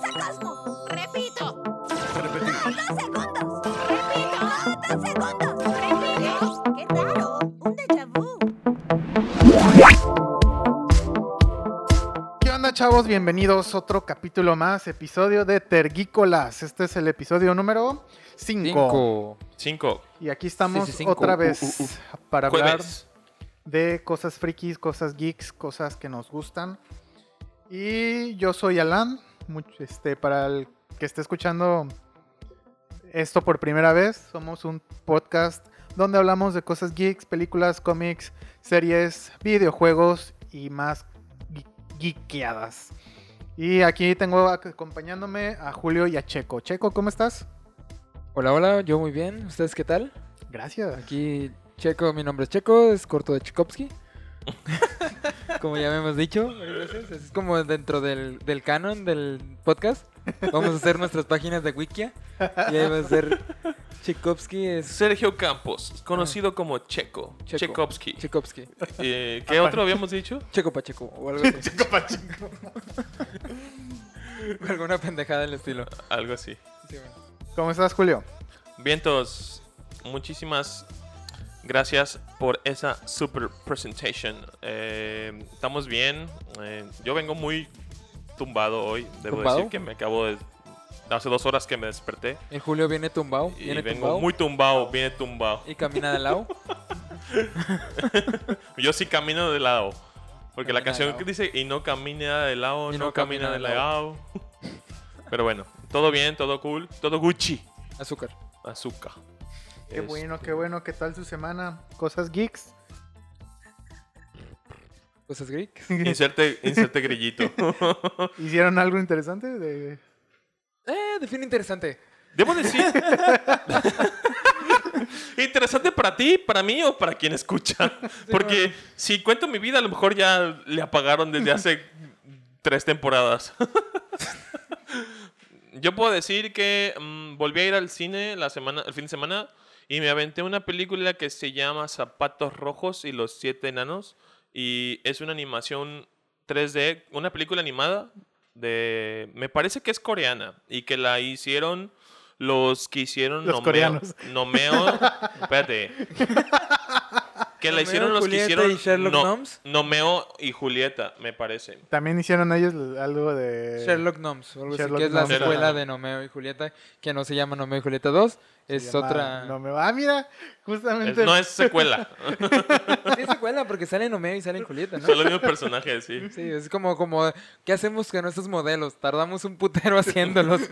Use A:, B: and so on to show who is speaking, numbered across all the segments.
A: sarcasmo. Repito.
B: Repetir.
A: ¡Dos segundos! ¡Repito! ¡Dos segundos! ¡Repito! ¡Qué raro! ¡Un déjà vu!
C: ¿Qué onda, chavos? Bienvenidos a otro capítulo más, episodio de Tergícolas. Este es el episodio número 5.
D: Cinco.
B: 5.
C: Y aquí estamos
D: Sí, sí, cinco.
C: otra
D: Uh,
C: vez
D: uh, uh.
C: para hablar
B: Jueves.
C: de cosas frikis, cosas geeks, cosas que nos gustan. Y yo soy Alan. Much- Este, para el que esté escuchando esto por primera vez, somos un podcast donde hablamos de cosas geeks, películas, cómics, series, videojuegos y más gui- geekeadas. Y aquí tengo ac- acompañándome a Julio y a Checo. Checo, ¿cómo estás?
D: Hola, hola, yo muy bien. ¿Ustedes qué tal?
C: Gracias.
D: Aquí Checo, mi nombre es Checo, es corto de Chikovsky. como ya hemos dicho varias veces, es como dentro del, del canon del podcast. Vamos a hacer nuestras páginas de Wikia y ahí va a ser Chikovsky es
B: Sergio Campos, conocido como Checo.
D: Ah. Checo. Ah,
B: Chekovsky.
D: Chikovsky.
B: Eh, ¿Qué otro habíamos dicho?
D: Checo Pacheco o algo así. Checo Pacheco. Alguna pendejada del estilo.
B: Algo así.
D: Sí, bueno.
C: ¿Cómo estás, Julio?
B: Vientos, muchísimas gracias por esa super presentation. Eh, estamos bien. Eh, yo vengo muy tumbado hoy. Debo
D: ¿Tumbado?
B: decir que me acabo de. Hace dos horas que me desperté.
D: El Julio viene tumbado,
B: Y
D: viene
B: vengo
D: tumbado
B: muy tumbado, viene tumbado.
D: y camina de lado.
B: Yo sí camino de lado. Porque
D: Camina de
B: la canción
D: lado.
B: que dice y no camina de lado,
D: Y
B: no,
D: no
B: camina,
D: camina
B: de
D: de
B: lado. Pero bueno, todo bien, todo cool, todo Gucci.
D: Azúcar.
B: Azúcar.
C: Qué bueno, qué bueno. ¿Qué tal su semana? ¿Cosas geeks?
D: Cosas Greek.
B: Inserte, inserte grillito.
C: ¿Hicieron algo interesante? De...
D: Eh, de fin interesante.
B: Debo decir. Interesante para ti, para mí o para quien escucha. Porque si cuento mi vida, a lo mejor ya le apagaron desde hace tres temporadas. Yo puedo decir que mm, volví a ir al cine la semana, el fin de semana y me aventé una película que se llama Zapatos Rojos y los Siete Enanos. Y es una animación 3D, una película animada de... Me parece que es coreana y que la hicieron los que hicieron
C: Los
B: Nomeo-
C: coreanos.
B: Nomeo... Espérate. Que la
D: Romeo,
B: hicieron los
D: Julieta
B: que hicieron
D: y Sherlock
B: no,
D: Gnomes.
B: Nomeo y Julieta, me parece.
C: También hicieron ellos algo de...
D: Sherlock Gnomes, o Eh, algo así,
C: Sherlock
D: que es la
C: Gnomes,
D: secuela
B: ajá.
D: de Nomeo y Julieta, que no se llama Nomeo y Julieta 2,
C: se
D: es
C: llama
D: otra...
C: No me va. Ah, mira,
B: Es-
C: justamente.
B: no es secuela.
D: Sí, es secuela porque sale Nomeo y sale Julieta, ¿no?
B: Son los mismos personajes, sí.
D: Sí, es como, como, ¿qué hacemos con estos modelos? Tardamos un putero haciéndolos.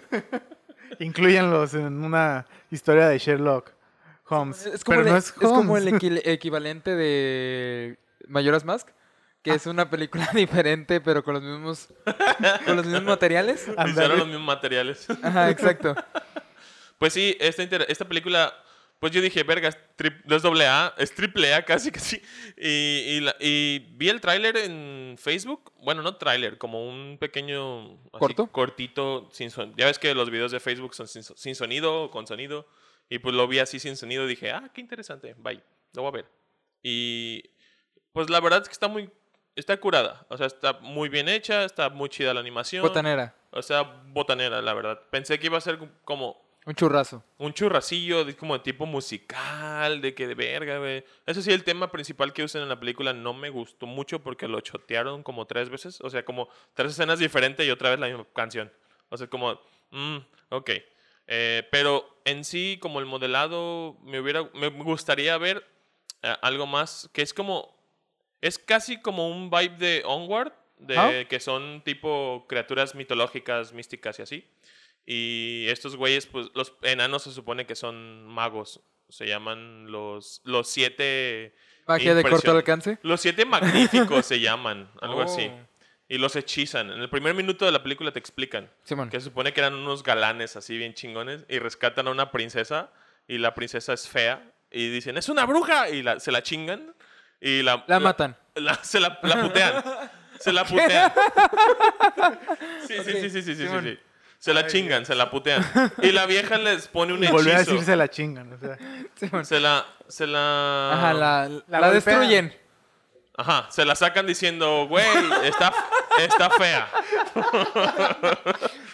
C: Incluyanlos en una historia de Sherlock Holmes.
D: Es como,
C: pero
D: el, e-
C: no
D: es
C: es
D: como
C: Holmes.
D: el equi- equivalente de Mayoras Mask, que es una película diferente, pero con los mismos, con los mismos materiales.
C: Ándale.
B: Utilizaron los mismos materiales.
D: Ajá, exacto.
B: Pues sí, esta, inter- esta película, pues yo dije, verga, es tri- no es doble A, es triple A casi, casi. Y, y, la- y vi el tráiler en Facebook. Bueno, no tráiler, como un pequeño... así
D: ¿Corto?
B: Cortito, sin son- Ya ves que los videos de Facebook son sin, so- sin sonido o con sonido. Y pues lo vi así sin sonido y dije, ah, qué interesante, bye, lo voy a ver. Y pues la verdad es que está muy... Está curada, o sea, está muy bien hecha, está muy chida la animación.
D: Botanera,
B: O sea, botanera, la verdad. Pensé que iba a ser como
D: un churrazo.
B: un churracillo de, como de tipo musical, de que de verga, güey. Eso sí, el tema principal que usan en la película no me gustó mucho porque lo chotearon como tres veces. O sea, como tres escenas diferentes y otra vez la misma canción. O sea, como, mm, ok. Eh, pero en sí, como el modelado, me, hubiera, me gustaría ver eh, algo más que es como... Es casi como un vibe de Onward, de
C: Ah.
B: que son tipo criaturas mitológicas, místicas y así. Y estos güeyes, pues los enanos se supone que son magos. Se llaman los, los siete...
D: Magia de corto
B: Impresión.
D: alcance.
B: Los siete magníficos se llaman, algo
D: Oh.
B: así. Y los hechizan. En el primer minuto de la película te explican
D: Simón.
B: que se supone que eran unos galanes así bien chingones y rescatan a una princesa y la princesa es fea y dicen, es una bruja y la- se la chingan y la...
D: La matan.
B: la- se la, la putean. se la putean. sí, sí, sí, sí, sí, sí, sí,
D: Simón.
B: sí. Se la chingan, se la putean. Y la vieja les pone un
C: Y volvió a
B: hechizo.
C: decirse la chingan. O sea,
D: Simón.
B: Se la... Se la...
D: Ajá, la, la,
C: golpean.
D: destruyen.
B: Ajá, se la sacan diciendo, güey, está, está fea.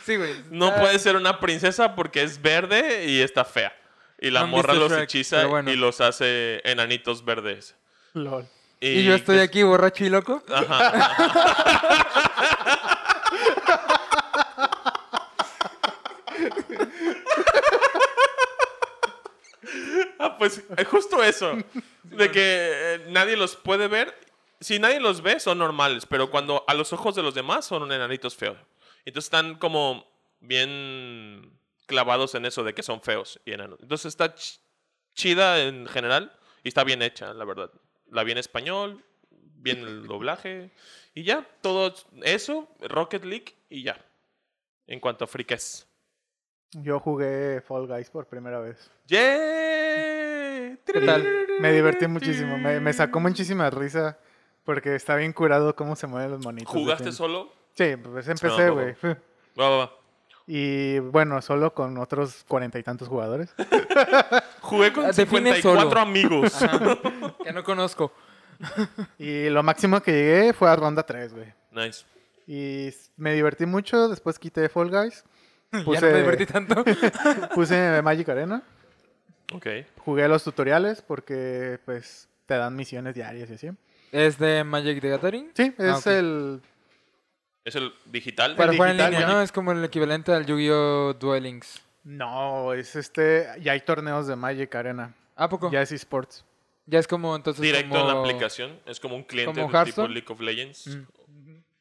D: Sí, güey.
B: No
D: Ah,
B: puede ser una princesa porque es verde y está fea. Y la
D: No han
B: morra
D: visto
B: los
D: Shrek,
B: hechiza
D: pero bueno.
B: y los hace enanitos verdes.
C: LOL.
D: Y yo estoy aquí borracho y loco.
B: Ah. Ah, pues eh, justo eso. De que eh, nadie los puede ver. Si nadie los ve, son normales. Pero cuando a los ojos de los demás son un enanitos feos. Entonces están como bien clavados en eso de que son feos y enanos. Entonces está ch- chida en general y está bien hecha, la verdad. La vi en español, bien el doblaje y ya. Todo eso, Rocket League y ya. En cuanto a friques.
C: Yo jugué Fall Guys por primera vez.
B: ¡Yay!
D: ¿Qué tal?
C: Me divertí muchísimo. Me, me sacó muchísima risa porque está bien curado cómo se mueven los monitos. de
B: ¿Jugaste Ah,
C: fin.
B: solo?
C: Sí, pues empecé,
B: No,
C: güey.
B: Va, va, va.
C: Y bueno, solo con otros cuarenta y tantos jugadores.
B: Jugué con
D: Ah, define
B: 54
D: solo.
B: amigos.
D: Ajá, que no conozco.
C: Y lo máximo que llegué fue a ronda 3, güey.
B: Nice.
C: Y s- me divertí mucho, después quité Fall Guys.
D: Ya no me divertí
C: Puse,
D: tanto.
C: puse Magic Arena.
B: Ok.
C: Jugué los tutoriales porque pues te dan misiones diarias y así.
D: ¿Es de Este, Magic the Gathering?
C: Sí, es
D: Ah, ok.
C: el...
B: ¿Es el digital?
D: Para jugar en
C: digital,
D: línea,
C: Magic.
D: ¿no? Es como el equivalente al Yu-Gi-Oh! Duelings.
C: No, es este... Ya hay torneos de Magic Arena.
D: ¿A poco?
C: Ya
D: Ya,
C: es esports.
D: es como entonces.
B: Directo en la
D: como-
B: aplicación. Es como un cliente
D: ¿Como
B: de tipo
D: Hearthstone? Mm.
B: League of Legends.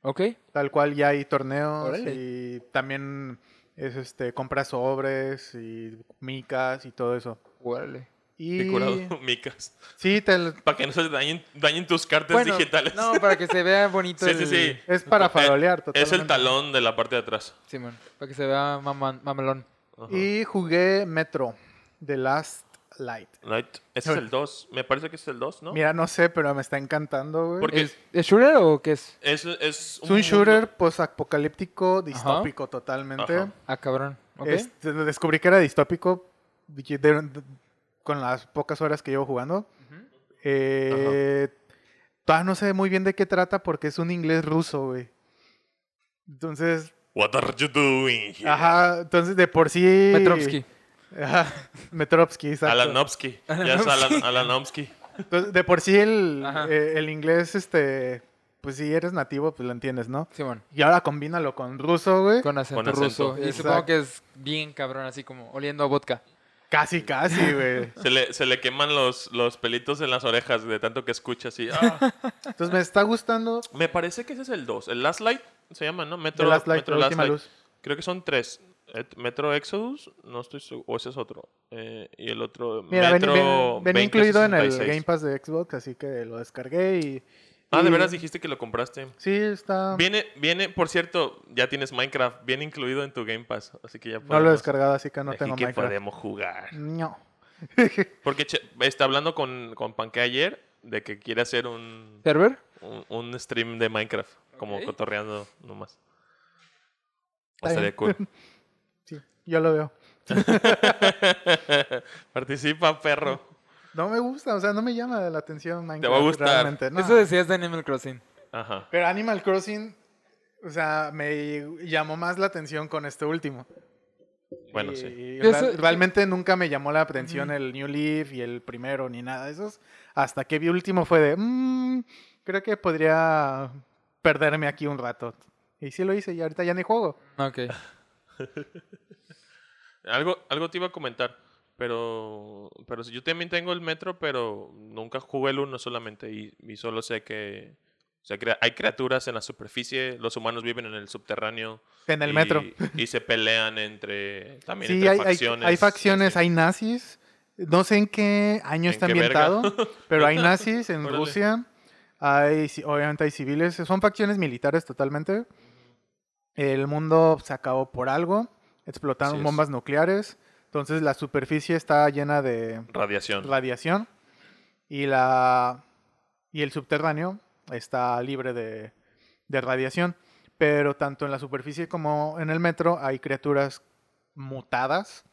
D: Ok.
C: Tal cual ya hay torneos
D: Órale.
C: y también es este compras sobres y micas y todo eso.
D: Órale.
C: Y
B: Qué curado, micas.
C: sí, te-
B: Para que no se dañen, dañen tus cartas
D: Bueno,
B: digitales.
D: No, para que se vea bonito.
B: sí, sí, sí.
D: el-
C: es para
B: Eh,
C: farolear
B: Es el
C: totalmente.
B: talón de la parte de atrás.
D: Simón, para que se vea mamán- mamelón.
B: Ajá.
C: Y jugué Metro, The Last Light.
B: Right. Ese este es el 2. Me parece que ese es el 2, ¿no?
C: Mira, no sé, pero me está encantando, güey.
B: ¿Por qué?
D: ¿Es, ¿Es shooter o qué es?
B: Es, es
C: Es un
B: mundo-
C: shooter post-apocalíptico, distópico totalmente.
B: Ajá.
D: Ah, cabrón. Ok.
C: Este, descubrí que era distópico de- de- de- con las pocas horas que llevo jugando. Eh, todavía no sé muy bien de qué trata porque es un inglés ruso, güey. Entonces,
B: What are you doing here?
C: ajá, entonces de por sí...
D: Petrovsky.
C: Ajá, Metrovsky, exacto.
B: Alanovsky. Ya es Alan, Alanovsky.
C: Entonces, de por sí el,
D: Ajá.
C: eh, el inglés, este, pues si eres nativo, pues lo entiendes, ¿no?
D: Simón.
C: Y ahora combínalo con ruso, güey.
D: Con acento,
B: Con acento.
D: ruso. Y
C: Exacto.
D: supongo que es bien cabrón, así como oliendo a vodka.
C: Casi, casi, güey.
B: Se le, se le queman los, los pelitos en las orejas de tanto que escucha así. Ah.
C: Entonces me está gustando.
B: Me parece que ese es el 2. El Last Light se llama, ¿no? Metro,
C: The Last Light,
B: Metro
C: la
B: Last
C: última
B: Light.
C: luz.
B: Creo que son tres. Et- Metro Exodus, no estoy seguro. O ese es otro. Eh, y el otro.
C: Mira, ven-
B: Metro
C: ven, ven incluido en el
B: 2066.
C: Game Pass de Xbox, así que lo descargué y.
B: Ah, de
C: y-
B: veras dijiste que lo compraste.
C: Sí, está.
B: Viene, viene, por cierto, ya tienes Minecraft. Viene incluido en tu Game Pass. Así que ya
C: no lo he
B: podemos-
C: descargado, así que no
B: así
C: tengo
B: que
C: Minecraft.
B: podemos jugar.
C: No.
B: Porque che- está hablando con, con Panque ayer de que quiere hacer un,
D: ¿Server?
B: un, un stream de Minecraft. Como
D: Ok.
B: cotorreando nomás.
C: Está
B: Estaría
C: bien.
B: cool.
C: Sí, yo lo veo.
B: Participa, perro.
C: No me gusta, o sea, no me llama la atención Minecraft.
B: va a gustar.
C: realmente, no.
D: Eso decías de Animal Crossing.
B: Ajá.
C: Pero Animal Crossing, o sea, me llamó más la atención con este último.
B: Bueno,
C: Y-
B: sí.
C: y
D: Yo
C: real-
D: sé-
C: realmente nunca me llamó la atención el New Leaf y el primero ni nada de esos. Hasta que vi el último fue de, "Mm, creo que podría perderme aquí un rato. Y sí lo hice y ahorita ya ni juego.
D: Ah, Ok.
B: Algo, algo te iba a comentar, pero, pero sí, yo también tengo el metro, pero nunca jugué el uno solamente y, y solo sé que o sea, crea- hay criaturas en la superficie, los humanos viven en el subterráneo.
C: En el
B: y-
C: metro.
B: Y se pelean entre, también
C: Sí,
B: entre
C: hay, hay-
B: facciones.
C: hay facciones,
B: así.
C: hay nazis. No sé en qué año
B: ¿En
C: está
B: qué verga?
C: ambientado, pero hay nazis en
B: Órale.
C: Rusia. Hay, ci- obviamente hay civiles. Son facciones militares totalmente. El mundo se acabó por algo. Explotaron
B: Así es.
C: bombas nucleares. Entonces la superficie está llena de
B: Radiación.
C: radiación. Y, la, y el subterráneo está libre de, de radiación. Pero tanto en la superficie como en el metro hay criaturas mutadas.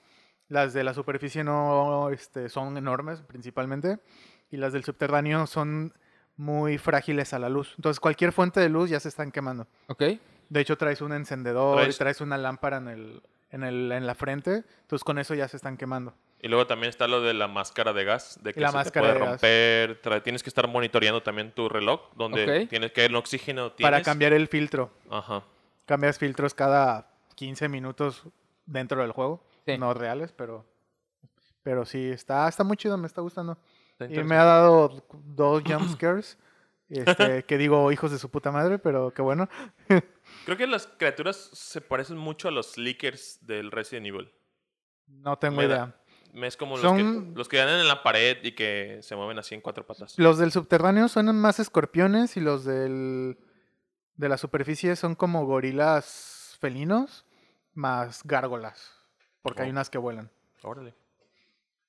C: Las de la superficie no este, son enormes principalmente. Y las del subterráneo son muy frágiles a la luz. Entonces cualquier fuente de luz ya se están quemando.
D: Ok.
C: De hecho, traes un encendedor
B: Traes-
C: y traes una lámpara en, el, en, el, en la frente. Entonces, con eso ya se están quemando.
B: Y luego también está lo de la máscara de gas, de que
C: La
B: se te
C: máscara
B: puede
C: de gas.
B: romper. tra- Tienes que estar monitoreando también tu reloj, donde
D: Ok.
B: tienes que el oxígeno tienes.
C: Para cambiar el filtro.
B: Ajá.
C: Cambias filtros cada 15 minutos dentro del juego.
D: Sí.
C: No reales, pero. Pero sí, está, está muy chido, me está gustando.
B: Está
C: Y me ha
B: interesante.
C: dado dos jumpscares. este, que digo, hijos de su puta madre, pero qué bueno.
B: Creo que las criaturas se parecen mucho a los leakers del Resident Evil.
C: No tengo
B: Me da-
C: idea.
B: Es como los,
C: Son-
B: que, los que andan en la pared y que se mueven así en cuatro patas.
C: Los del subterráneo son más escorpiones y los del de la superficie son como gorilas felinos más gárgolas, porque hay
B: Oh.
C: unas que vuelan.
B: Órale.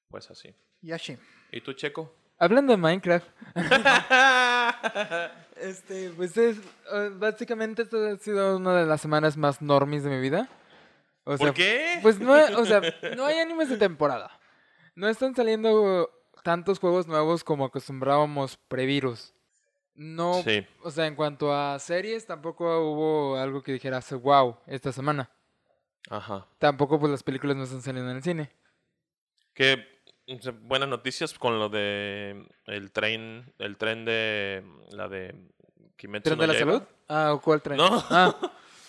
B: Pues así.
C: Y así.
B: ¿Y tú, Checo?
D: Hablando de Minecraft. Este, pues es. eh, Básicamente, esta ha sido una de las semanas más normis de mi vida. O
B: ¿Por
D: sea,
B: qué?
D: Pues no, o sea, no hay animes de temporada. No están saliendo tantos juegos nuevos como acostumbrábamos previrus. No,
B: Sí.
D: o sea, en cuanto a series, tampoco hubo algo que dijeras, wow, esta semana.
B: Ajá.
D: Tampoco pues las películas no están saliendo en el cine.
B: Que o sea, buenas noticias con lo de el tren, el tren de la de Kimetsu
D: ¿Tren
B: no
D: de la
B: Yaiba.
D: salud? Ah, ¿o ¿cuál tren?
B: No.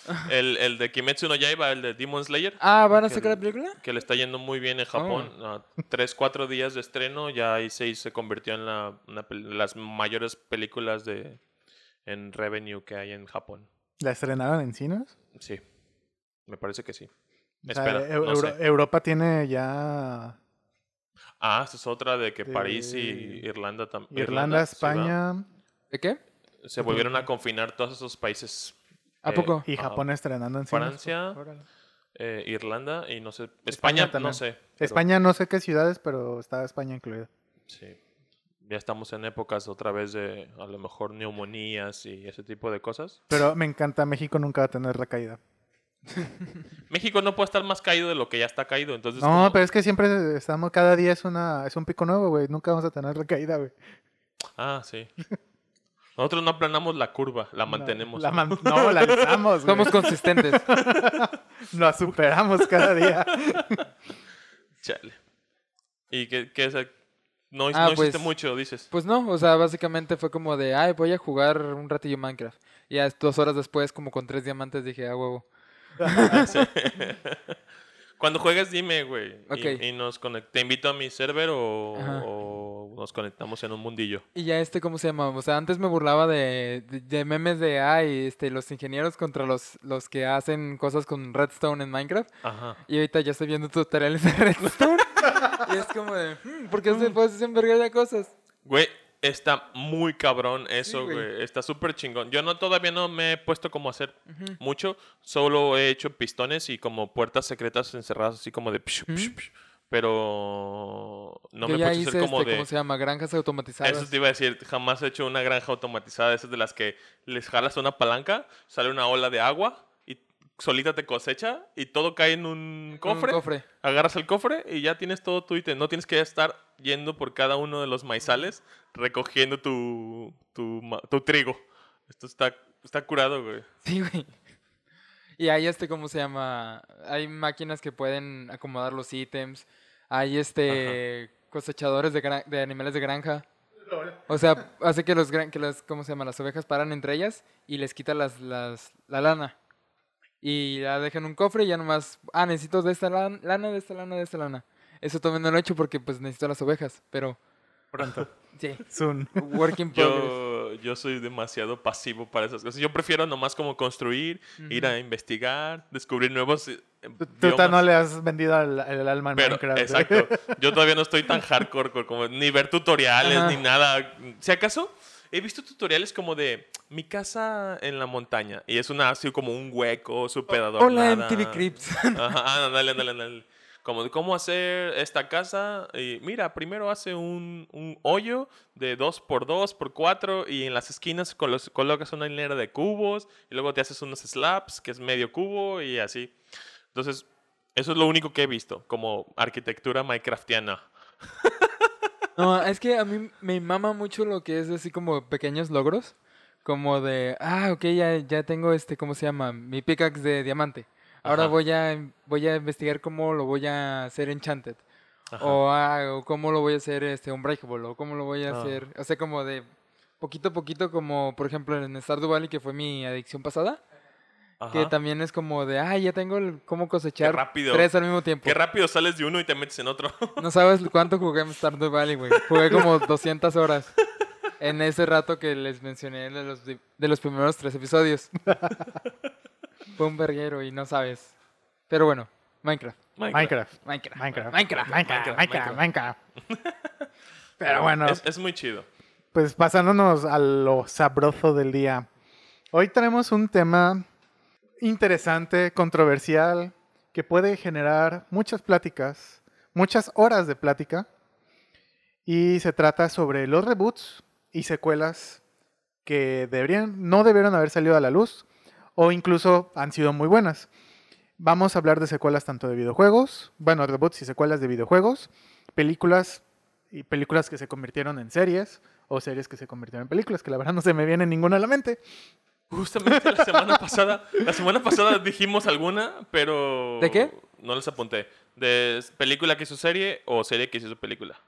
D: Ah,
B: El, el de Kimetsu no Yaiba, el de Demon Slayer,
D: ah, ¿van a
B: Que
D: sacar la
B: el-
D: película?
B: que le está yendo muy bien
C: Ah.
B: en Japón. A tres, cuatro días de estreno, ya ahí se, se convirtió en la, una pel- las mayores películas de en revenue que hay en Japón.
C: ¿La estrenaron en cines?
B: Sí, me parece que sí.
C: O sea,
B: Espera,
C: Eu-
B: no
C: Euro-
B: sé.
C: Europa tiene ya
B: Ah, esa es otra de que París y
C: de-
B: Irlanda también.
C: Irlanda, España
D: ¿De qué?
B: Se volvieron a confinar todos esos países.
D: ¿A
B: Eh,
D: poco?
C: y
B: Ajá.
C: Japón estrenando en cines.
B: Francia.
C: Órale.
B: eh, Irlanda y no sé.
C: España
B: España,
C: también.
B: no sé. pero
C: España no sé qué ciudades, pero está España incluida.
B: sí. Ya estamos en épocas otra vez de a lo mejor neumonías y ese tipo de cosas.
C: Pero me encanta, México nunca va a tener recaída.
B: México no puede estar más caído de lo que ya está caído. Entonces,
C: No,
B: como-
C: pero es que siempre estamos, cada día es una, es un pico nuevo, güey. Nunca vamos a tener recaída, güey.
B: Ah, sí. Nosotros no aplanamos la curva, la mantenemos.
C: La man- no, la alzamos, güey.
D: Somos consistentes.
C: La superamos cada día.
B: Chale. ¿Y qué, qué es? el- No,
D: Ah,
B: no hiciste
D: pues-
B: mucho, dices.
D: Pues no, o sea, básicamente fue como de, ay, voy a jugar un ratillo Minecraft. Y ya dos horas después, como con tres diamantes, dije, ah, huevo.
B: Cuando juegues, dime, güey. y-
D: Ok.
B: Y, nos conect... te invito a mi server o,
D: Ajá.
B: o nos conectamos en un mundillo.
D: Y ya este, ¿cómo se llama? O sea, antes me burlaba de, de, de memes de, ay, este, los ingenieros contra los, los que hacen cosas con redstone en Minecraft.
B: Ajá.
D: Y ahorita ya estoy viendo tutoriales de redstone. y es como de, "Hmm, ¿por qué se puede desenvergar de cosas?
B: Güey, está muy cabrón eso,
D: güey.
B: güey. Está súper chingón. Yo no todavía no me he puesto como a hacer mucho. Solo he hecho pistones y como puertas secretas encerradas así como de... psh, psh,
D: Ujú.
B: psh. Pero no
D: Yo
B: me he
D: ya
B: puesto a
D: hice,
B: hacer como
D: este,
B: de...
D: ¿cómo se llama? Granjas automatizadas.
B: Eso te iba a decir, jamás he hecho una granja automatizada, esas de las que les jalas una palanca, sale una ola de agua y solita te cosecha y todo cae en un
D: Con un
B: cofre,
D: cofre.
B: agarras el cofre y ya tienes todo tu ítem, no tienes que estar yendo por cada uno de los maizales recogiendo tu, tu, ma- tu trigo. Esto está, está curado, güey.
D: Sí, güey. Y hay este, ¿cómo se llama? Hay máquinas que pueden acomodar los ítems. Hay este cosechadores de, gran- de animales de granja. O sea, hace que los gran- que las, ¿cómo se llama? Las ovejas paran entre ellas y les quita las, las, la lana. Y la dejan en un cofre y ya nomás, ah, necesito de esta lan- lana, de esta lana, de esta lana. Eso también no lo he hecho porque pues necesito las ovejas, pero
C: Pronto.
D: sí,
C: Soon.
D: working progress.
B: Yo, yo soy demasiado pasivo para esas cosas. Yo prefiero nomás como construir, ir a investigar, descubrir nuevos... eh,
C: Tú- Tú tan
B: biomas.
C: no le has vendido el, el alma en
B: Pero,
C: Minecraft. ¿eh? güey.
B: exacto. Yo todavía no estoy tan hardcore co- como ni ver tutoriales
D: Ajá.
B: ni nada. Si acaso he visto tutoriales como de mi casa en la montaña y es una así como un hueco súper adornado.
D: Hola MTV Crips.
B: Ajá, ándale, ándale, ándale. Como de cómo hacer esta casa. Y mira, primero hace un, un hoyo de 2 por 2 por 4 y en las esquinas colo- colocas una hilera de cubos y luego te haces unos slabs que es medio cubo y así. Entonces, eso es lo único que he visto como arquitectura minecraftiana.
D: No, es que a mí me mama mucho lo que es así como pequeños logros. como de, ah, ok, ya, ya tengo este, ¿cómo se llama? Mi pickaxe de diamante. Ahora
B: Ajá.
D: voy a voy a investigar cómo lo voy a hacer enchanted.
B: Ajá.
D: O, ah, o cómo lo voy a hacer este unbreakable. O cómo lo voy a
B: Ah.
D: hacer. O sea, como de poquito a poquito, como por ejemplo en Stardew Valley, que fue mi adicción pasada. Que
B: Ajá.
D: también es como de, ah, ya tengo el- cómo cosechar
B: rápido.
D: tres al mismo tiempo.
B: Qué rápido sales de uno y te metes en otro.
D: No sabes cuánto jugué en Stardew Valley, güey. Jugué como 200 horas. En ese rato que les mencioné de los, de los primeros tres episodios. Fue un verguero y no sabes. Pero bueno, Minecraft.
C: Minecraft.
D: Minecraft.
C: Minecraft.
D: Minecraft.
C: Minecraft. Minecraft.
B: Minecraft,
C: Minecraft. Pero bueno,
B: Es, es muy chido.
C: pues pasándonos a lo sabroso del día. Hoy tenemos un tema interesante, controversial, que puede generar muchas pláticas, muchas horas de plática. Y se trata sobre los reboots y secuelas que deberían, no debieron haber salido a la luz o incluso han sido muy buenas. Vamos a hablar de secuelas tanto de videojuegos, bueno, reboots y secuelas de videojuegos, películas y películas que se convirtieron en series o series que se convirtieron en películas, que la verdad no se me viene ninguna a la mente.
B: Justamente la semana pasada, la semana pasada dijimos alguna, pero...
D: ¿De qué?
B: No les apunté. De s- película que hizo serie o serie que hizo su película.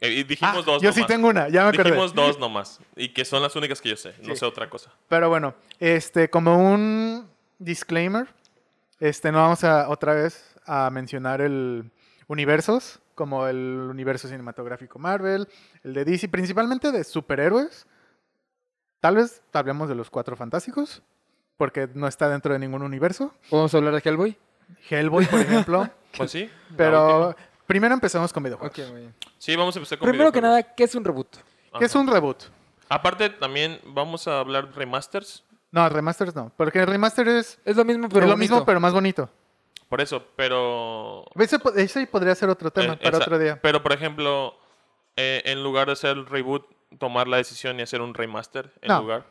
B: Eh, Y dijimos
C: Ah,
B: dos
C: yo
B: nomás.
C: sí tengo una, ya me acordé.
B: Dijimos dos nomás. Y que son las únicas que yo sé. No
C: Sí.
B: sé otra cosa.
C: Pero bueno, este, como un disclaimer, este, no vamos a otra vez a mencionar el universos, como el universo cinematográfico Marvel, el de DC, principalmente de superhéroes. Tal vez hablemos de los cuatro fantásticos, porque no está dentro de ningún universo.
D: ¿Podemos hablar de Hellboy?
C: Hellboy, por ejemplo.
B: Pues sí. la
C: Pero
B: última.
C: primero empezamos con videojuegos.
D: Ok, muy bien.
B: Sí, vamos a empezar con
D: Primero que
B: videojuegos.
D: nada, ¿qué es un reboot?
C: ¿Qué es
B: Ajá.
C: un reboot?
B: Aparte, también vamos a hablar remasters.
C: No, remasters no, porque el remaster es
D: Es lo mismo, pero.
C: lo
D: bonito.
C: mismo, pero más bonito.
B: Por eso, pero...
C: Ese, po- ese podría ser otro tema
B: Eh,
C: para
B: exa-
C: otro día.
B: Pero, por ejemplo, eh, en lugar de hacer el reboot, tomar la decisión y hacer un remaster en
C: No.
B: lugar.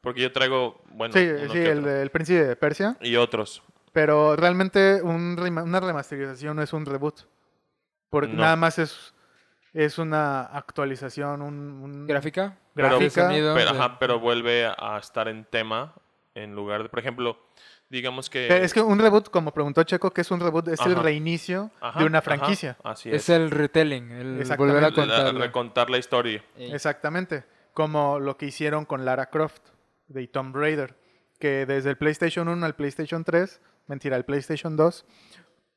B: Porque yo traigo, bueno,
C: sí,
B: uno
C: sí,
B: que
C: el,
B: otro.
C: de- el príncipe de Persia.
B: y otros.
C: Pero realmente un rema- una remasterización no es un reboot. Porque
B: No.
C: nada más es, es una actualización, un, un-
D: Gráfica.
B: Pero-
D: de
C: Gráfica,
D: sonido,
B: Pero,
D: de-
B: ajá, pero vuelve a estar en tema en lugar de, por ejemplo, digamos que...
C: Pero Eh, es que un reboot, como preguntó Checo, que es un reboot, es el
B: eh, Ajá.
C: reinicio
B: ajá,
C: de una
B: ajá,
C: franquicia.
B: así es.
D: Es el retelling, el
C: Exactamente.
D: volver a
B: Le- la-
D: contarlo.
B: recontar la historia.
D: Ey.
C: Exactamente. Como lo que hicieron con Lara Croft de Tomb Raider. Que desde el PlayStation 1 al PlayStation 3, mentira, el PlayStation 2,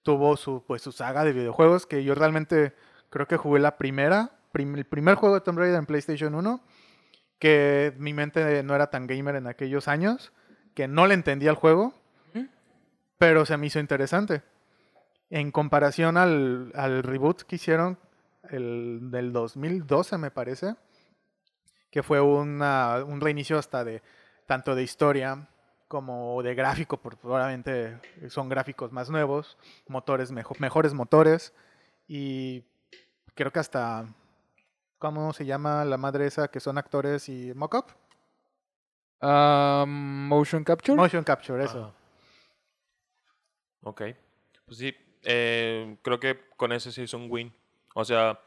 C: tuvo su, pues, su saga de videojuegos. Que yo realmente creo que jugué la primera, prim- el primer juego de Tomb Raider en PlayStation 1. Que mi mente no era tan gamer en aquellos años. Que no le entendía el juego.
D: Ujú.
C: Pero se me hizo interesante. En comparación al, al reboot que hicieron, el del 2012 me parece, que fue una- un reinicio hasta de tanto de historia como de gráfico, porque probablemente son gráficos más nuevos, motores mejo- mejores motores y creo que hasta ¿cómo se llama la madre esa que son actores y mockup?
D: Ah, motion capture.
C: Motion capture, eso.
B: Ajá. Ok. Pues sí, eh, creo que con eso sí es un win. O sea,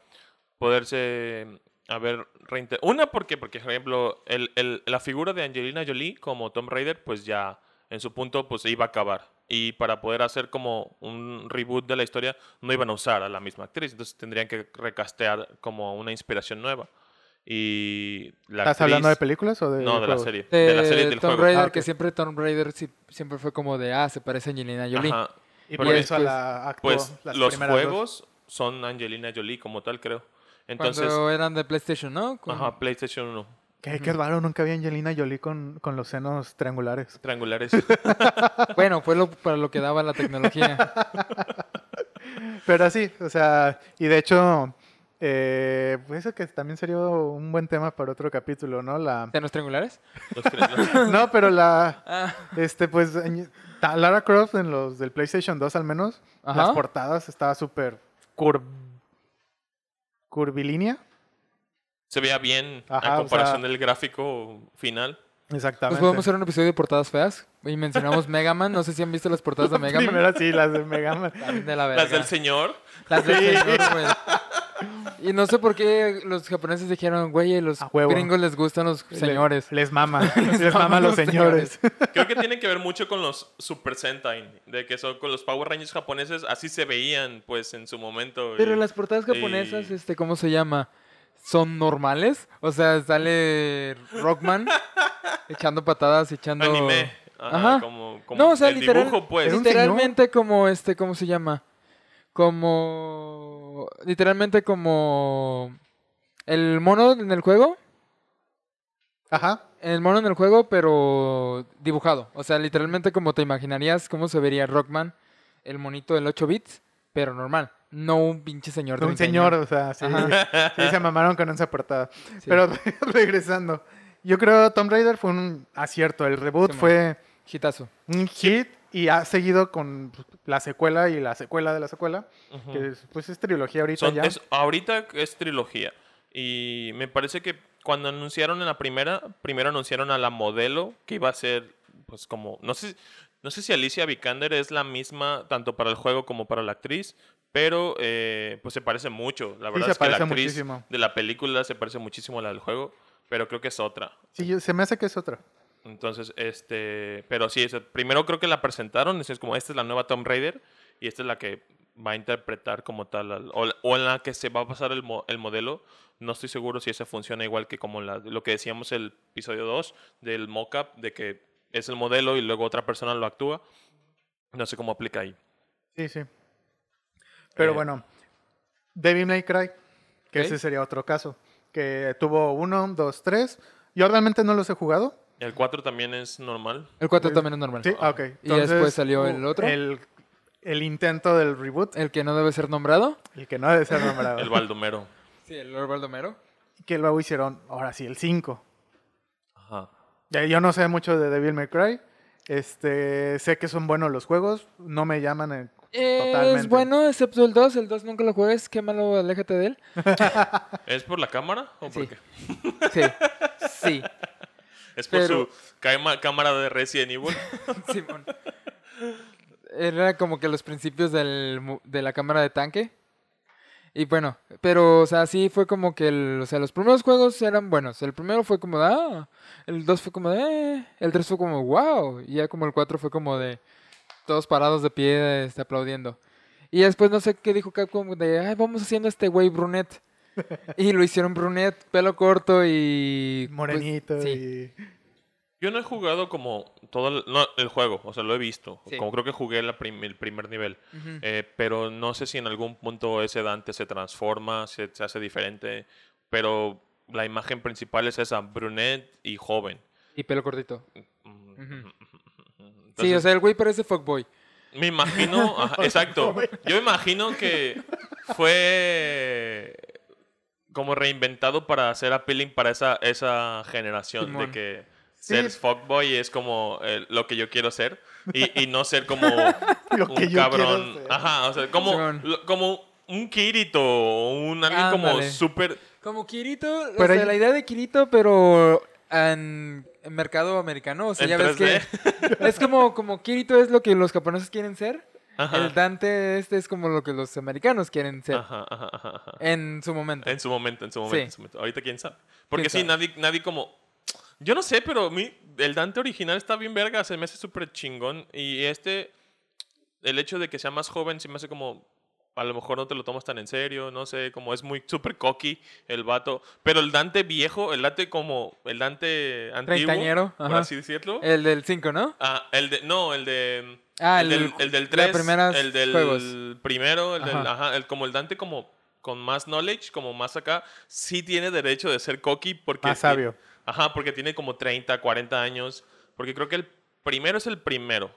B: poderse eh, haber reinte- Una, porque, porque, por ejemplo, el, el- la figura de Angelina Jolie como Tom Raider, pues ya en su punto, pues iba a acabar. Y para poder hacer como un reboot de la historia, no iban a usar a la misma actriz. Entonces tendrían que recastear como una inspiración nueva. Y la
C: ¿Estás hablando de
B: actriz-
C: películas o de
B: No, de la
C: videojuegos?
B: serie.
D: de,
B: De la serie y del
D: Este, Tomb
B: juego.
D: Raider,
C: Ah, ok.
D: que siempre Tomb Raider sí- siempre fue como de, ah, se parece a Angelina Jolie.
B: Ajá.
C: Y
B: Pero
C: por eso
D: después-
C: la actuó
B: Pues
C: las
B: los
C: primeras dos.
B: juegos son Angelina Jolie como tal, creo. Entonces,
D: Cuando eran de PlayStation, ¿no? Con-
B: ajá, PlayStation 1,
C: Qué, qué raro, nunca vi a Angelina Jolie con, con los senos triangulares.
B: triangulares.
D: Bueno, fue lo, para lo que daba la tecnología.
C: Pero sí, o sea, y de hecho, eh, pues eso que también sería un buen tema para otro capítulo, ¿no? La,
D: ¿Tenos triangulares?
B: Los triangulares.
C: no, pero la,
D: Ah,
C: este, pues, Añ- ta- Lara Croft en los del PlayStation 2 al menos, las
D: Ajá.
C: portadas estaba súper cur, curvilínea.
B: Se veía bien
C: Ajá,
B: a
C: o
B: comparación
C: sea-
B: del gráfico final.
C: Exactamente.
D: Nos Pues podemos hacer un episodio de portadas feas. Y mencionamos Mega Man. No sé si han visto las portadas de Mega Man.
C: Primero sí, las de Mega Man.
D: También De la verga.
B: Las del señor.
D: Las del
C: Sí.
D: señor, güey. Y no sé por qué los japoneses dijeron, güey, a los
C: A huevo.
D: gringos les gustan los
C: Le-
D: señores.
C: Les mama. les mama a los señores.
B: Creo que tiene que ver mucho con los Super Sentai, de que son con los Power Rangers japoneses, así se veían, pues, en su momento.
D: Pero
B: y-
D: las portadas japonesas,
B: y-
D: este, ¿cómo se llama? ¿Son normales? O sea, sale Rockman echando patadas, echando...
B: Anime. Ajá.
D: Ajá.
B: Como, como
D: No, o sea,
B: el
D: literal-
B: dibujo, pues.
C: Era un
D: Literalmente como este, ¿cómo se llama? Como... Literalmente como... El mono en el juego.
C: Ajá.
D: El mono en el juego, pero dibujado. O sea, literalmente como te imaginarías cómo se vería Rockman, el monito del 8 bits, pero normal. No un pinche señor. de
C: Un
D: 20
C: señor,
D: años.
C: o sea, sí,
D: Ajá.
C: sí se mamaron con esa portada.
D: Sí.
C: Pero regresando, yo creo Tomb Raider fue un acierto. El reboot
D: Simón.
C: fue
D: Hitazo.
C: un hit y ha seguido con pues, la secuela y la secuela de la secuela,
B: Ujú.
C: que es- pues es trilogía ahorita
B: Son-
C: ya.
B: es- ahorita es trilogía. Y me parece que cuando anunciaron en la primera, primero anunciaron a la modelo que iba a ser, pues como, no sé, no sé si Alicia Vikander es la misma tanto para el juego como para la actriz, pero eh, pues se parece mucho. La
C: Sí,
B: verdad
C: se
B: es que la
C: parece
B: actriz
C: muchísimo.
B: de la película se parece muchísimo a la del juego, pero creo que es otra.
C: Sí, yo- se me hace que es otra.
B: Entonces, este, pero sí, o sea, primero creo que la presentaron, es como esta es la nueva Tomb Raider y esta es la que va a interpretar como tal, al- o, la- o en la que se va a pasar el, mo- el modelo. No estoy seguro si esa funciona igual que como la- lo que decíamos el episodio 2 del mock-up, de que es el modelo y luego otra persona lo actúa. No sé cómo aplica ahí.
C: Sí, sí. Pero
B: Eh.
C: bueno, Devil May Cry, que
D: Ok.
C: ese sería otro caso, que tuvo uno, dos, tres. Yo realmente no los he jugado.
B: El 4 también es normal.
D: El 4
C: Pues,
D: también es normal.
C: Sí, ah, ok. uh,
D: Y ya después salió el otro.
C: El, el intento del reboot,
D: El que no debe ser nombrado.
C: el que no debe ser
D: Ah.
C: nombrado.
B: El Baldomero.
D: Sí, el Lord Baldomero.
C: que luego hicieron, ahora sí, el 5.
B: Ajá.
C: Ya, Yo no sé mucho de Devil May Cry. Este, sé que son buenos los juegos. No me llaman. eh, Totalmente.
D: Es bueno, excepto el 2. El 2 nunca lo juegues. Qué malo, aléjate de él.
B: ¿Es por la cámara o
D: Sí.
B: por qué?
D: Sí, sí,
B: Es por
D: Pero-
B: su cama- cámara de Resident Evil.
D: Simón. Era como que los principios del, mu- de la cámara de tanque. Y bueno, pero, o sea, sí fue como que, el- o sea, los primeros juegos eran buenos. El primero fue como de, ah, el 2 fue como de, eh, el 3 fue como, wow. Y ya como el 4 fue como de, todos parados de pie, este, aplaudiendo. Y después no sé qué dijo Capcom de, ay, vamos haciendo este güey brunet. Y lo hicieron brunet, pelo corto y... pues,
C: Morenito.
D: sí.
C: y...
B: Yo no he jugado como todo el, no, el juego, o sea, lo he visto.
D: Sí.
B: Como creo que jugué la prim- el primer nivel.
D: Ujú.
B: Eh, pero no sé si en algún punto ese Dante se transforma, se, se hace diferente. Pero la imagen principal es esa, brunette y joven.
D: Y pelo cortito.
B: Mm,
D: Ujú.
B: entonces,
D: sí, o sea, el güey parece fuckboy.
B: Me imagino, ajá, exacto. Yo imagino que fue como reinventado para hacer appealing para esa, esa generación de
D: Simón.
B: que
C: Sí.
B: ser fuckboy es como eh, lo que yo quiero ser y, y no ser como
C: Lo
B: un
C: que yo
B: cabrón.
C: quiero ser.
B: Ajá, o sea, como,
D: Simón.
B: lo- como un Kirito o un alguien como
D: Ándale.
B: súper.
D: Como Kirito, o
C: Pero
D: sea,
C: hay-
D: la idea de Kirito, pero en, en mercado americano, o sea,
B: En
D: ya ves que
B: 3D.
D: es como, como Kirito es lo que los japoneses quieren ser,
B: Ajá,
D: el Dante este es como lo que los americanos quieren ser
B: ajá, ¿Eh? ajá, ajá, ajá.
D: en su momento.
B: En su momento, en su momento,
D: Sí.
B: en su momento. Ahorita quién sabe. Porque
D: ¿Quién
B: sí,
D: sabe?
B: nadie, nadie como. Yo no sé, pero a mí el Dante original está bien verga, se me hace súper chingón. Y este, el hecho de que sea más joven, se me hace como. A lo mejor no te lo tomas tan en serio, no sé, como es muy súper cocky el vato. Pero el Dante viejo, el Dante como. El Dante antiguo.
D: Treintañero,
B: Por
D: ajá.
B: así decirlo.
D: El del 5, ¿no?
B: Ah, el de. No, el de.
D: Ah,
B: el,
D: el-
B: del, el del
D: la
B: 3.
D: primeras
B: el del
D: juegos.
B: primero, el del.
D: Ajá.
B: Ajá, el, como el Dante, como con más knowledge, como más acá, sí tiene derecho de ser cocky porque.
C: Más
B: ti-
C: sabio.
B: Ajá, porque tiene como 30, 40 años. Porque creo que el primero es el primero.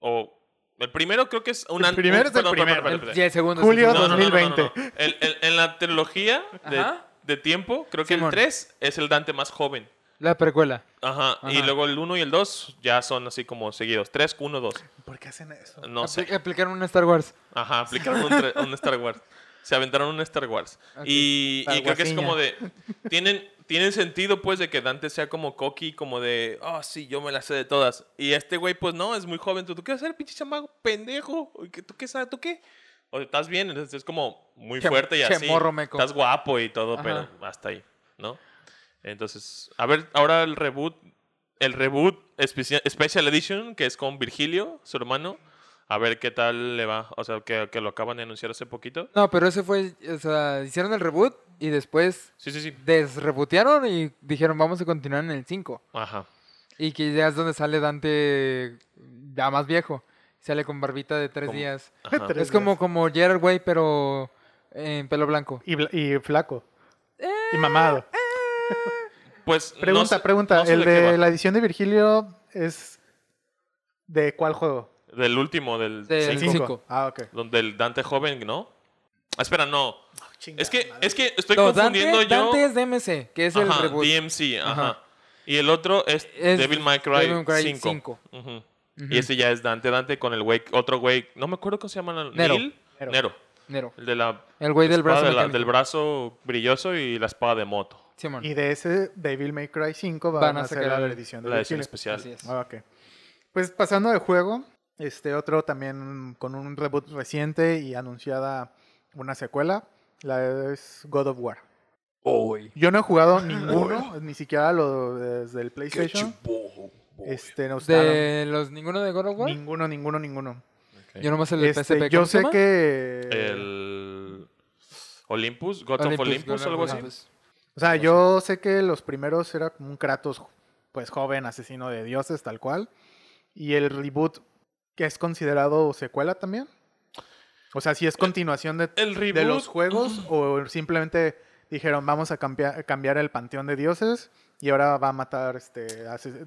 B: O. El primero creo que es un
C: El
B: an-
C: primero
B: un-
C: es el primero.
D: El, y el segundo.
C: Julio
D: sí, sí,
B: No,
D: sí.
B: no, no, no, no, no.
C: 2020.
B: El- el- en la trilogía de,
D: Ajá.
B: de tiempo, creo que
D: Simón.
B: el 3 es el Dante más joven.
D: La precuela.
B: Ajá. Y
D: Ajá.
B: luego el 1 y el 2 ya son así como seguidos. 3, 1, 2.
C: ¿Por qué hacen eso?
B: No sé.
D: Apli- Aplicaron una Star Wars.
B: Ajá, aplicaron un, tra- un Star Wars. Se aventaron un Star Wars.
D: Ok.
B: Y, y
C: Star
B: creo que es
C: Warsiña.
B: como de. Tienen, tienen sentido, pues, de que Dante sea como cocky, como de. Oh, sí, yo me la sé de todas. Y este güey, pues no, es muy joven. ¿Tú, tú qué vas a ser, pinche chamaco pendejo? ¿Qué- ¿Tú qué sabes? ¿Tú qué? o sea, estás bien, entonces es como muy
D: Che-
B: fuerte y
D: che
B: así.
D: morro meco.
B: Estás guapo y todo,
D: Ajá.
B: pero hasta ahí, ¿no? Entonces, a ver, ahora el reboot, el reboot especia- Special Edition, que es con Virgilio, su hermano. A ver qué tal le va. O sea, que, que lo acaban de anunciar hace poquito.
D: No, pero ese fue, o sea, hicieron el reboot y después
B: Sí, sí, sí.
D: desrebotearon y dijeron vamos a continuar en el 5.
B: Ajá.
D: Y que ya es donde sale Dante ya más viejo. Sale con barbita de tres
B: Como-
D: días.
B: ajá.
C: Tres
D: es como,
C: días.
D: como Gerard Way, pero en pelo blanco.
C: Y, bla- y flaco.
B: Eh,
C: Y mamado.
B: Pues. no
C: Pregunta,
B: sé-
C: pregunta.
B: no sé
C: ¿El
B: qué va.
C: de la edición de Virgilio es de cuál juego?
B: Del último, del
D: Del
B: cinco,
D: cinco.
C: Ah, ok.
B: Donde el Dante joven, ¿no? Ah, espera, no. Es que, es que estoy
D: No, Dante,
B: confundiendo yo.
D: Dante es DMC, que es el
B: Ajá,
D: reboot.
B: DMC, ajá.
D: Ajá.
B: Y el otro es,
D: Es
B: Devil May Cry
D: Devil May Cry
B: 5.
D: cinco.
B: Ujú.
D: Ujú,
B: Y ese ya es Dante Dante con el güey, otro güey, no me acuerdo cómo se llama. ¿no?
D: Nero.
B: ¿Neil?
C: Nero.
B: Nero.
D: Nero.
B: El de la
D: El güey del
B: espada
D: brazo.
B: de la-
D: mecánico.
B: del brazo brilloso y la espada de moto.
D: Simón.
C: Y de ese Devil May Cry 5 van, a sacar la edición de
B: La edición
C: Virgilio.
B: especial.
D: Así es.
C: Ah, ok. Pues pasando de juego, este otro también con un reboot reciente y anunciada una secuela, la es God of War. Yo no he jugado ninguno, ni siquiera lo desde el PlayStation. Este, no gustaron.
D: ¿De los ninguno de God of War?
C: Ninguno, ninguno, ninguno.
B: Ok.
D: Yo nomás el de
C: Este,
D: PSP.
C: yo
D: ¿cómo se
C: sé
D: llama?
C: que
B: El Olympus, Gods of
D: Olympus,
B: Olympus,
D: God of
B: algo así.
D: Olympus.
C: O
B: Pues
C: sea, yo sé que los primeros era como un Kratos, pues joven, asesino de dioses, tal cual. Y el reboot, que es considerado secuela también. O sea, si es continuación de,
B: Eh, El reboot.
C: de los juegos o simplemente dijeron, vamos a cambiar, cambiar el panteón de dioses y ahora va a matar, este, ase-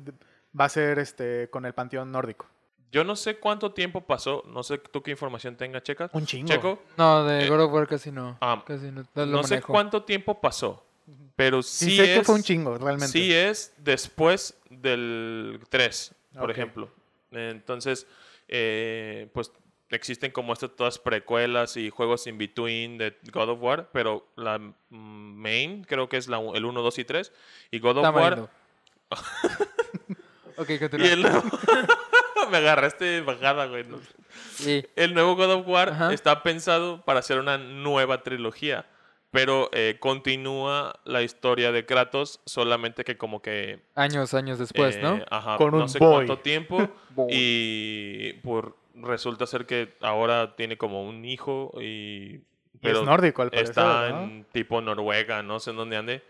C: va a ser este, con el panteón nórdico.
B: Yo no sé cuánto tiempo pasó, no sé tú qué información tengas, Checa.
C: Un chingo.
B: Checo,
D: No, de
B: Eh,
D: God of War casi no.
B: ah,
D: casi no.
B: no
D: lo
B: sé
D: manejo.
B: cuánto tiempo pasó, pero sí,
C: Sí, sé
B: es...
C: que fue un chingo, realmente.
B: Sí es después del 3, por
C: Ok.
B: ejemplo. Entonces, eh, pues existen como estas todas precuelas y juegos in between de God of War, pero la mm, main creo que es la, u- el 1, 2 y 3. Y God of
D: Está
B: War...
D: muriendo. ok,
B: Y
D: continúa.
B: el nuevo- Me agarraste bajada, güey. ¿no?
D: Y-
B: El nuevo God of War
D: Ajá.
B: está pensado para hacer una nueva trilogía, pero eh, continúa la historia de Kratos, solamente que como que
D: años, años después,
B: Eh,
D: ¿no?
B: Ajá,
C: Con
B: no
C: un
B: sé
C: boy.
B: cuánto tiempo.
D: Boy.
B: y por, resulta ser que ahora tiene como un hijo y...
C: Y es nórdico, al parecer.
B: está
C: ¿no?
B: en tipo Noruega, no sé en dónde ande.
D: El hijo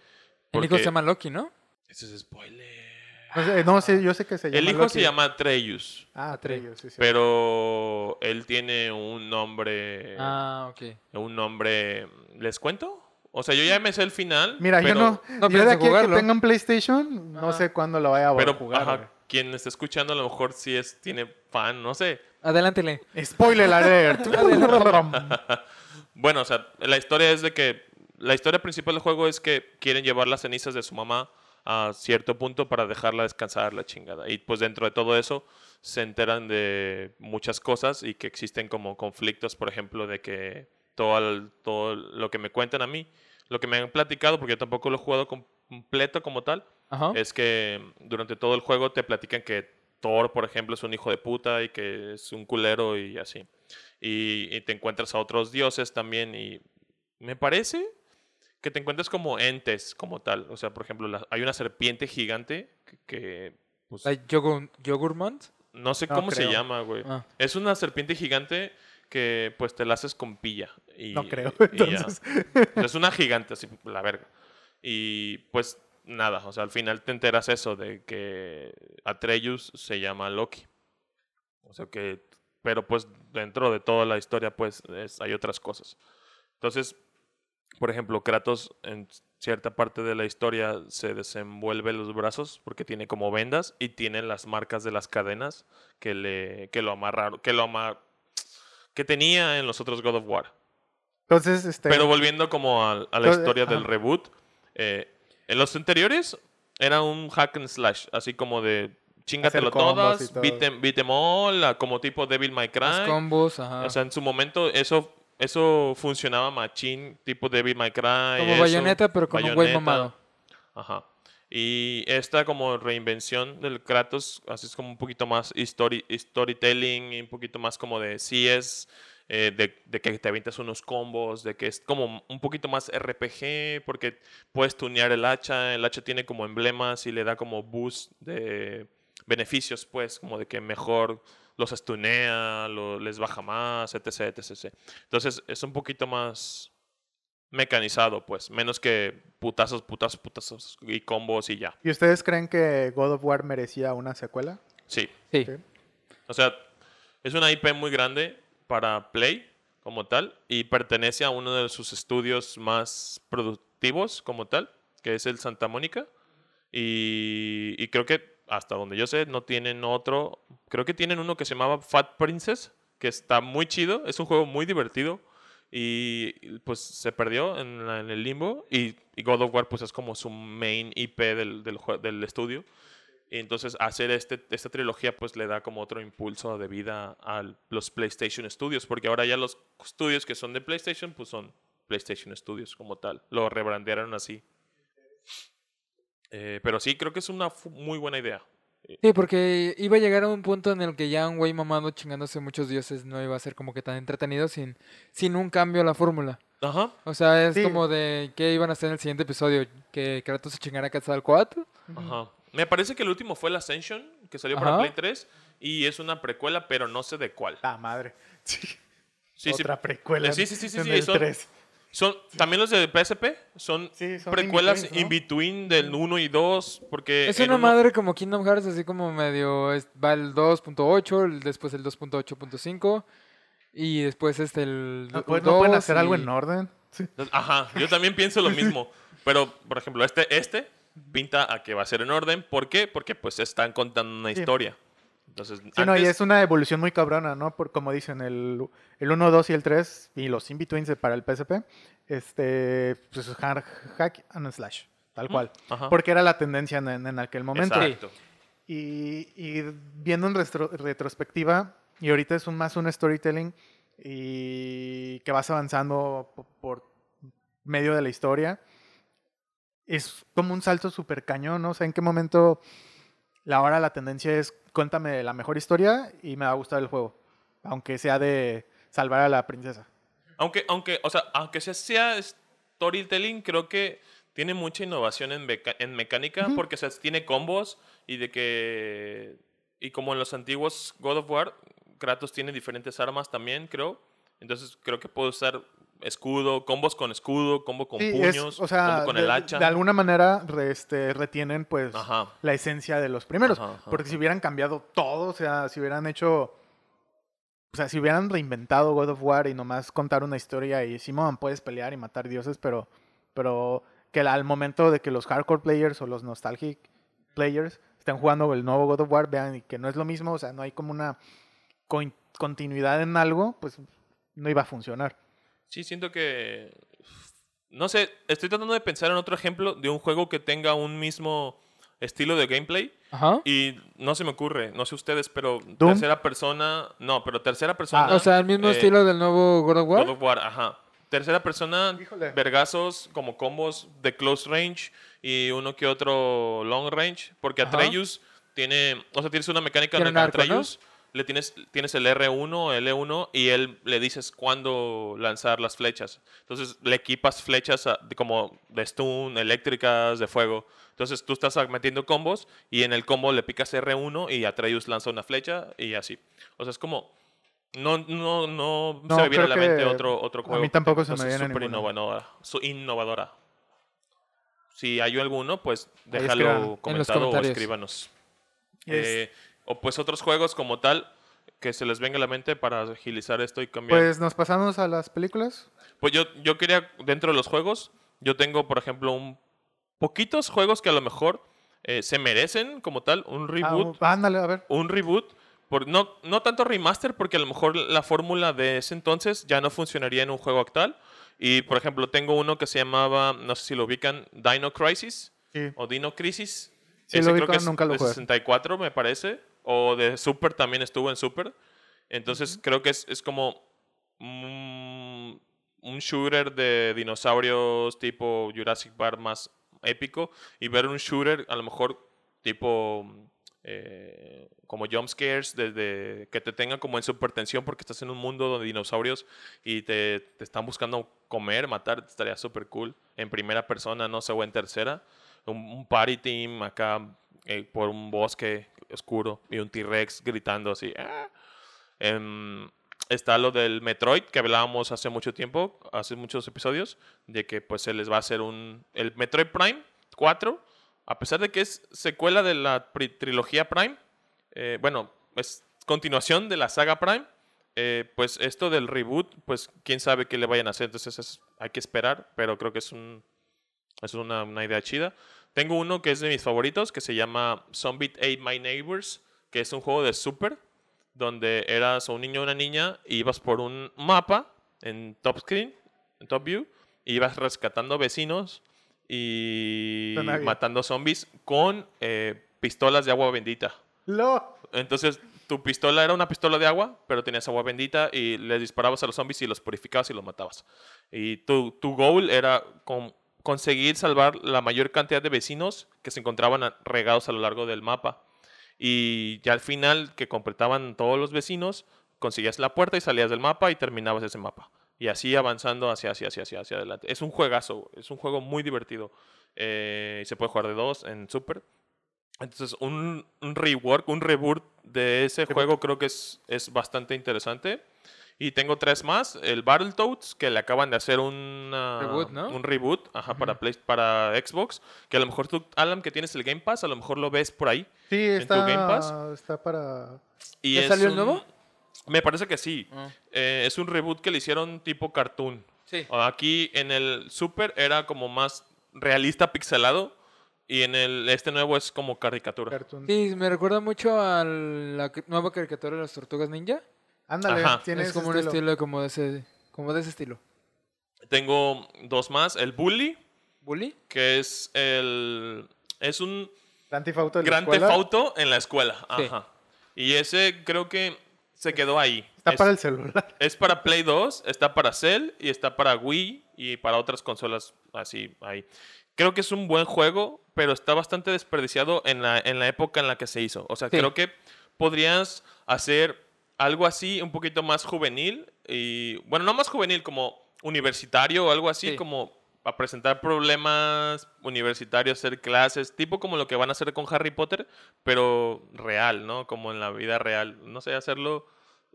B: porque-
D: se llama Loki, ¿no?
B: Ese es spoiler.
C: No sé, no, sí, yo sé que se llama.
B: El hijo se
C: Loki.
B: llama Treyus,
C: Ah, Atreus, sí, sí.
B: pero él tiene un nombre...
D: Ah, ok.
B: Un nombre... ¿Les cuento? O sea, yo ya me sé el final.
C: Mira,
B: pero-
C: yo no.
D: No
C: yo
D: pienso
C: de aquí a
D: jugarlo.
C: que tengan PlayStation, no
D: Ajá.
C: sé cuándo lo vaya a volver
B: Pero,
C: a jugar.
B: ajá,
C: güey.
B: quien está escuchando a lo mejor sí es, tiene fan, no sé.
D: Adelántele.
C: Spoiler alert.
B: Bueno, o sea, la historia es de que. La historia principal del juego es que quieren llevar las cenizas de su mamá a cierto punto para dejarla descansar la chingada. Y pues dentro de todo eso se enteran de muchas cosas y que existen como conflictos, por ejemplo, de que todo, el- todo lo que me cuentan a mí, lo que me han platicado, porque yo tampoco lo he jugado completo como tal,
D: Ajá.
B: es que durante todo el juego te platican que Thor, por ejemplo, es un hijo de puta y que es un culero y así. Y, y te encuentras a otros dioses también y me parece que te encuentras como entes como tal. O sea, por ejemplo, la- hay una serpiente gigante que... que, pues,
D: La Yogur- Yogurmont.
B: no sé
C: No
B: cómo se
C: creo.
B: llama, güey.
D: Ah.
B: Es una serpiente gigante que pues te la haces con pilla. Y,
C: No creo,
B: y ya.
C: entonces.
B: O sea, es una gigante, así, la verga. Y pues nada, o sea, al final te enteras eso, de que Atreus se llama Loki. O sea que, pero pues dentro de toda la historia pues es- hay otras cosas. Entonces, por ejemplo, Kratos en cierta parte de la historia se desenvuelve los brazos porque tiene como vendas y tiene las marcas de las cadenas que, le, que lo amarraron, que lo ama, que tenía en los otros God of War.
C: Entonces, este.
B: Pero volviendo como a, a la
C: Entonces,
B: historia del
C: ajá.
B: reboot, eh, en los anteriores era un hack and slash, así como de chingatelo
C: combos y
B: todas,
C: todo.
B: beat 'em- beat 'em all, a- como tipo Devil May
D: Los
B: Cry.
D: combos, ajá.
B: O sea, en su momento eso, eso funcionaba machín, tipo Devil May Cry.
D: como
B: eso,
D: bayoneta, pero con un güey
B: Bayonetta.
D: mamado.
B: Ajá. Y esta como reinvención del Kratos, así es como un poquito más histori- storytelling, y un poquito más como de sí es eh, de, de que te avientas unos combos, de que es como un poquito más RPG, porque puedes tunear el hacha, el hacha tiene como emblemas y le da como boost de beneficios, pues, como de que mejor los estunea, lo- les baja más, etc, etc, etc. Entonces es un poquito más mecanizado, pues, menos que putazos, putazos, putazos y combos y ya.
C: ¿Y ustedes creen que God of War merecía una secuela?
B: Sí.
D: Sí.
C: Sí.
B: O sea, es una IP muy grande para Play como tal y pertenece a uno de sus estudios más productivos como tal, que es el Santa Mónica. Y, y creo que hasta donde yo sé no tienen otro. Creo que tienen uno que se llamaba Fat Princess, que está muy chido. Es un juego muy divertido. Y y, pues se perdió en, la- en el limbo. Y, y God of War pues es como su main IP del, del, jue- del estudio. Y entonces hacer este, esta trilogía pues le da como otro impulso de vida a los PlayStation Studios, porque ahora ya los estudios que son de PlayStation pues son PlayStation Studios como tal, lo rebrandearon así. Eh, pero sí, creo que es una fu- muy buena idea.
D: Sí, porque iba a llegar a un punto en el que ya un güey mamado chingándose muchos dioses no iba a ser como que tan entretenido sin, sin un cambio a la fórmula.
B: Ajá.
D: O sea, es
C: Sí.
D: como de qué iban a hacer en el siguiente episodio, que Kratos se chingara a Quetzalcóatl.
B: Ajá. Me parece que el último fue el Ascension, que salió para
D: Ajá.
B: Play 3, y es una precuela, pero no sé de cuál.
C: La madre. Sí,
B: Sí,
C: Ah,
B: sí.
C: Otra precuela.
B: Sí, sí, sí, sí,
C: en
B: sí,
C: el
B: son-
C: 3.
B: Son, también los de PSP son,
C: Sí, son
B: precuelas
C: in-betweens, ¿no?
B: in between del 1 y 2, porque...
D: Es
B: Eh, en
D: una
B: uno-
D: madre como Kingdom Hearts, así como medio es- va el 2.8, el- después el 2.8.5 y después este el
C: ¿No,
D: d-
C: pueden- no pueden
D: 2
C: hacer algo en
D: y-
C: orden? Sí.
B: Ajá, yo también pienso lo mismo. Pero, por ejemplo, este, este pinta a que va a ser en orden. ¿Por qué? Porque pues están contando una
C: Sí.
B: historia. Entonces,
C: Sí, no, y
B: antes-
C: es una evolución muy cabrona, ¿no? Por, como dicen, el, el 1, 2 y el 3 y los in-betweens de- para el PSP, este, pues hack, hack and slash, tal cual.
B: Ajá.
C: Porque era la tendencia en, en aquel momento.
B: Exacto.
C: Y, y viendo en retro- retrospectiva, y ahorita es un, más un storytelling y que vas avanzando po- por, medio de la historia, es como un salto súper cañón, ¿no? O sea, ¿en qué momento la hora, la tendencia es cuéntame la mejor historia y me va a gustar el juego? Aunque sea de salvar a la princesa.
B: Aunque, aunque, o sea, aunque sea, sea storytelling, creo que tiene mucha innovación en, meca- en mecánica, porque o sea, tiene combos y de que. Y como en los antiguos God of War, Kratos tiene diferentes armas también, creo. Entonces creo que puedo usar escudo, combos con escudo, combo con
C: Sí, es-
B: puños,
C: o sea,
B: combo con
C: de,
B: el hacha.
C: de alguna manera re- este, retienen pues
B: Ajá.
C: la esencia de los primeros.
B: Ajá, ajá,
C: porque si hubieran cambiado todo, o sea, si hubieran hecho. O sea, si hubieran reinventado God of War y nomás contar una historia y Simón, puedes pelear y matar dioses, pero. Pero que al momento de que los hardcore players o los nostalgic players estén jugando el nuevo God of War, vean y que no es lo mismo, o sea, no hay como una coin- continuidad en algo, pues no iba a funcionar.
B: Sí, siento que. No sé, estoy tratando de pensar en otro ejemplo de un juego que tenga un mismo estilo de gameplay.
D: Ajá.
B: Y no se me ocurre, no sé ustedes, pero
C: ¿Doom?
B: tercera persona. No, pero tercera persona.
D: Ah, O sea, el mismo
B: eh,
D: estilo del nuevo God of War.
B: God of War, ajá. Tercera persona,
C: Híjole.
B: vergazos, como combos de close range y uno que otro long range. Porque
D: Ajá.
B: Atreus tiene. O sea, tienes una mecánica
D: Tiene
B: en
D: un arco, ¿no?
B: Atreus. Le tienes, tienes el R1, L1 y él le dices cuándo lanzar las flechas. Entonces le equipas flechas a- de- como de stun, eléctricas, de fuego. Entonces tú estás ah, metiendo combos y en el combo le picas R1 y Atreus lanza una flecha y así. O sea, es como... No, no, no,
C: No,
B: se me viene a la
C: creo
B: mente
C: que
B: otro, otro
C: a
B: juego.
C: mí
B: que
C: tampoco se
B: tenga
C: me
B: cosas
C: viene
B: súper
C: ninguno.
B: innovadora, su- innovadora. Si hay alguno, pues
C: Ahí
B: déjalo
C: escriban,
D: en los
B: comentado o
D: comentarios.
B: escríbanos.
C: Es-
B: Eh, o pues otros juegos como tal que se les venga a la mente para agilizar esto y cambiar. Pues,
C: Pues nos pasamos a las películas.
B: yo, yo quería, dentro de los juegos, yo tengo, por ejemplo, un poquitos juegos que a lo mejor eh, se merecen como tal un
C: Ah,
B: reboot
C: ándale, a ver.
B: un reboot, por, no, no tanto remaster, porque a lo mejor la fórmula de ese entonces ya no funcionaría en un juego actual. Y por ejemplo, tengo uno que se llamaba, no sé si lo ubican, Dino Crisis
C: Sí.
B: o Dino Crisis.
C: Sí, lo ubico,
B: creo que es
C: nunca lo
B: de
C: jugué.
B: 64, me parece. O de Super también estuvo en Super. Entonces creo que es, es como mm, un shooter de dinosaurios tipo Jurassic Park más épico. Y ver un shooter a lo mejor tipo eh, como jump scares, desde que te tengan como en supertensión porque estás en un mundo donde dinosaurios y te, te están buscando comer, matar, estaría súper cool. En primera persona, no sé, o en tercera. Un, un party team acá eh, por un bosque oscuro y un T-Rex gritando así. "Ah". Em, está lo del Metroid que hablábamos hace mucho tiempo, hace muchos episodios, de que pues se les va a hacer un... El Metroid Prime 4, a pesar de que es secuela de la pri- trilogía Prime, eh, bueno, es continuación de la saga Prime, eh, pues esto del reboot, pues quién sabe qué le vayan a hacer, entonces es- hay que esperar, pero creo que es, un, es una, una idea chida. Tengo uno que es de mis favoritos, que se llama Zombie Ate My Neighbors, que es un juego de Super, donde eras un niño o una niña y ibas por un mapa en top screen, en top view, y ibas rescatando vecinos y
C: Suena bien.
B: matando zombies con eh, pistolas de agua bendita.
C: ¡Lo!
B: Entonces, tu pistola era una pistola de agua, pero tenías agua bendita y le disparabas a los zombies y los purificabas y los matabas. Y tu, tu goal era con- conseguir salvar la mayor cantidad de vecinos que se encontraban a- regados a lo largo del mapa. Y ya al final, que completaban todos los vecinos, conseguías la puerta y salías del mapa y terminabas ese mapa. Y así avanzando hacia, hacia, hacia, hacia, hacia adelante. Es un juegazo, es un juego muy divertido. Eh, y se puede jugar de dos en Super. Entonces, un, un rework, un reboot de ese juego creo que es, es bastante interesante. Y tengo tres más. El Battletoads, que le acaban de hacer una-
D: Reboot, ¿no?
B: un reboot ajá, para, Play- para Xbox. Que a lo mejor tú, Alan, que tienes el Game Pass, a lo mejor lo ves por ahí.
C: Sí,
B: ¿En
C: está,
B: tu Game Pass?
C: está para...
B: Y
D: ¿Ya
B: es
D: salió el
B: un-
D: nuevo?
B: Me parece que sí.
D: Ah.
B: Eh, es un reboot que le hicieron tipo cartoon.
D: Sí.
B: Aquí en el Super era como más realista pixelado y en el este nuevo es como caricatura.
C: Cartoon.
D: Sí, me recuerda mucho a la que- nueva caricatura de las tortugas ninja.
C: Ándale,
B: Ajá.
C: tiene
D: es
C: ese
D: como un
C: estilo.
D: estilo como de ese, como de ese estilo.
B: Tengo dos más, el Bully,
D: ¿Bully?
B: que es el es un
C: Grand Theft Auto de la
B: gran
C: escuela.
B: tefauto en la escuela,
D: Sí.
B: ajá. Y ese creo que se quedó ahí.
C: Está
B: Es-
C: para el celular.
B: Es para Play 2, está para Cell y está para Wii y para otras consolas así ahí. Creo que es un buen juego, pero está bastante desperdiciado en la, en la época en la que se hizo. O sea,
D: Sí.
B: creo que podrías hacer algo así un poquito más juvenil y, bueno, no más juvenil, como universitario o algo así,
D: Sí.
B: como a presentar problemas universitarios, hacer clases, tipo como lo que van a hacer con Harry Potter, pero real, ¿no? Como en la vida real. No sé, hacerlo...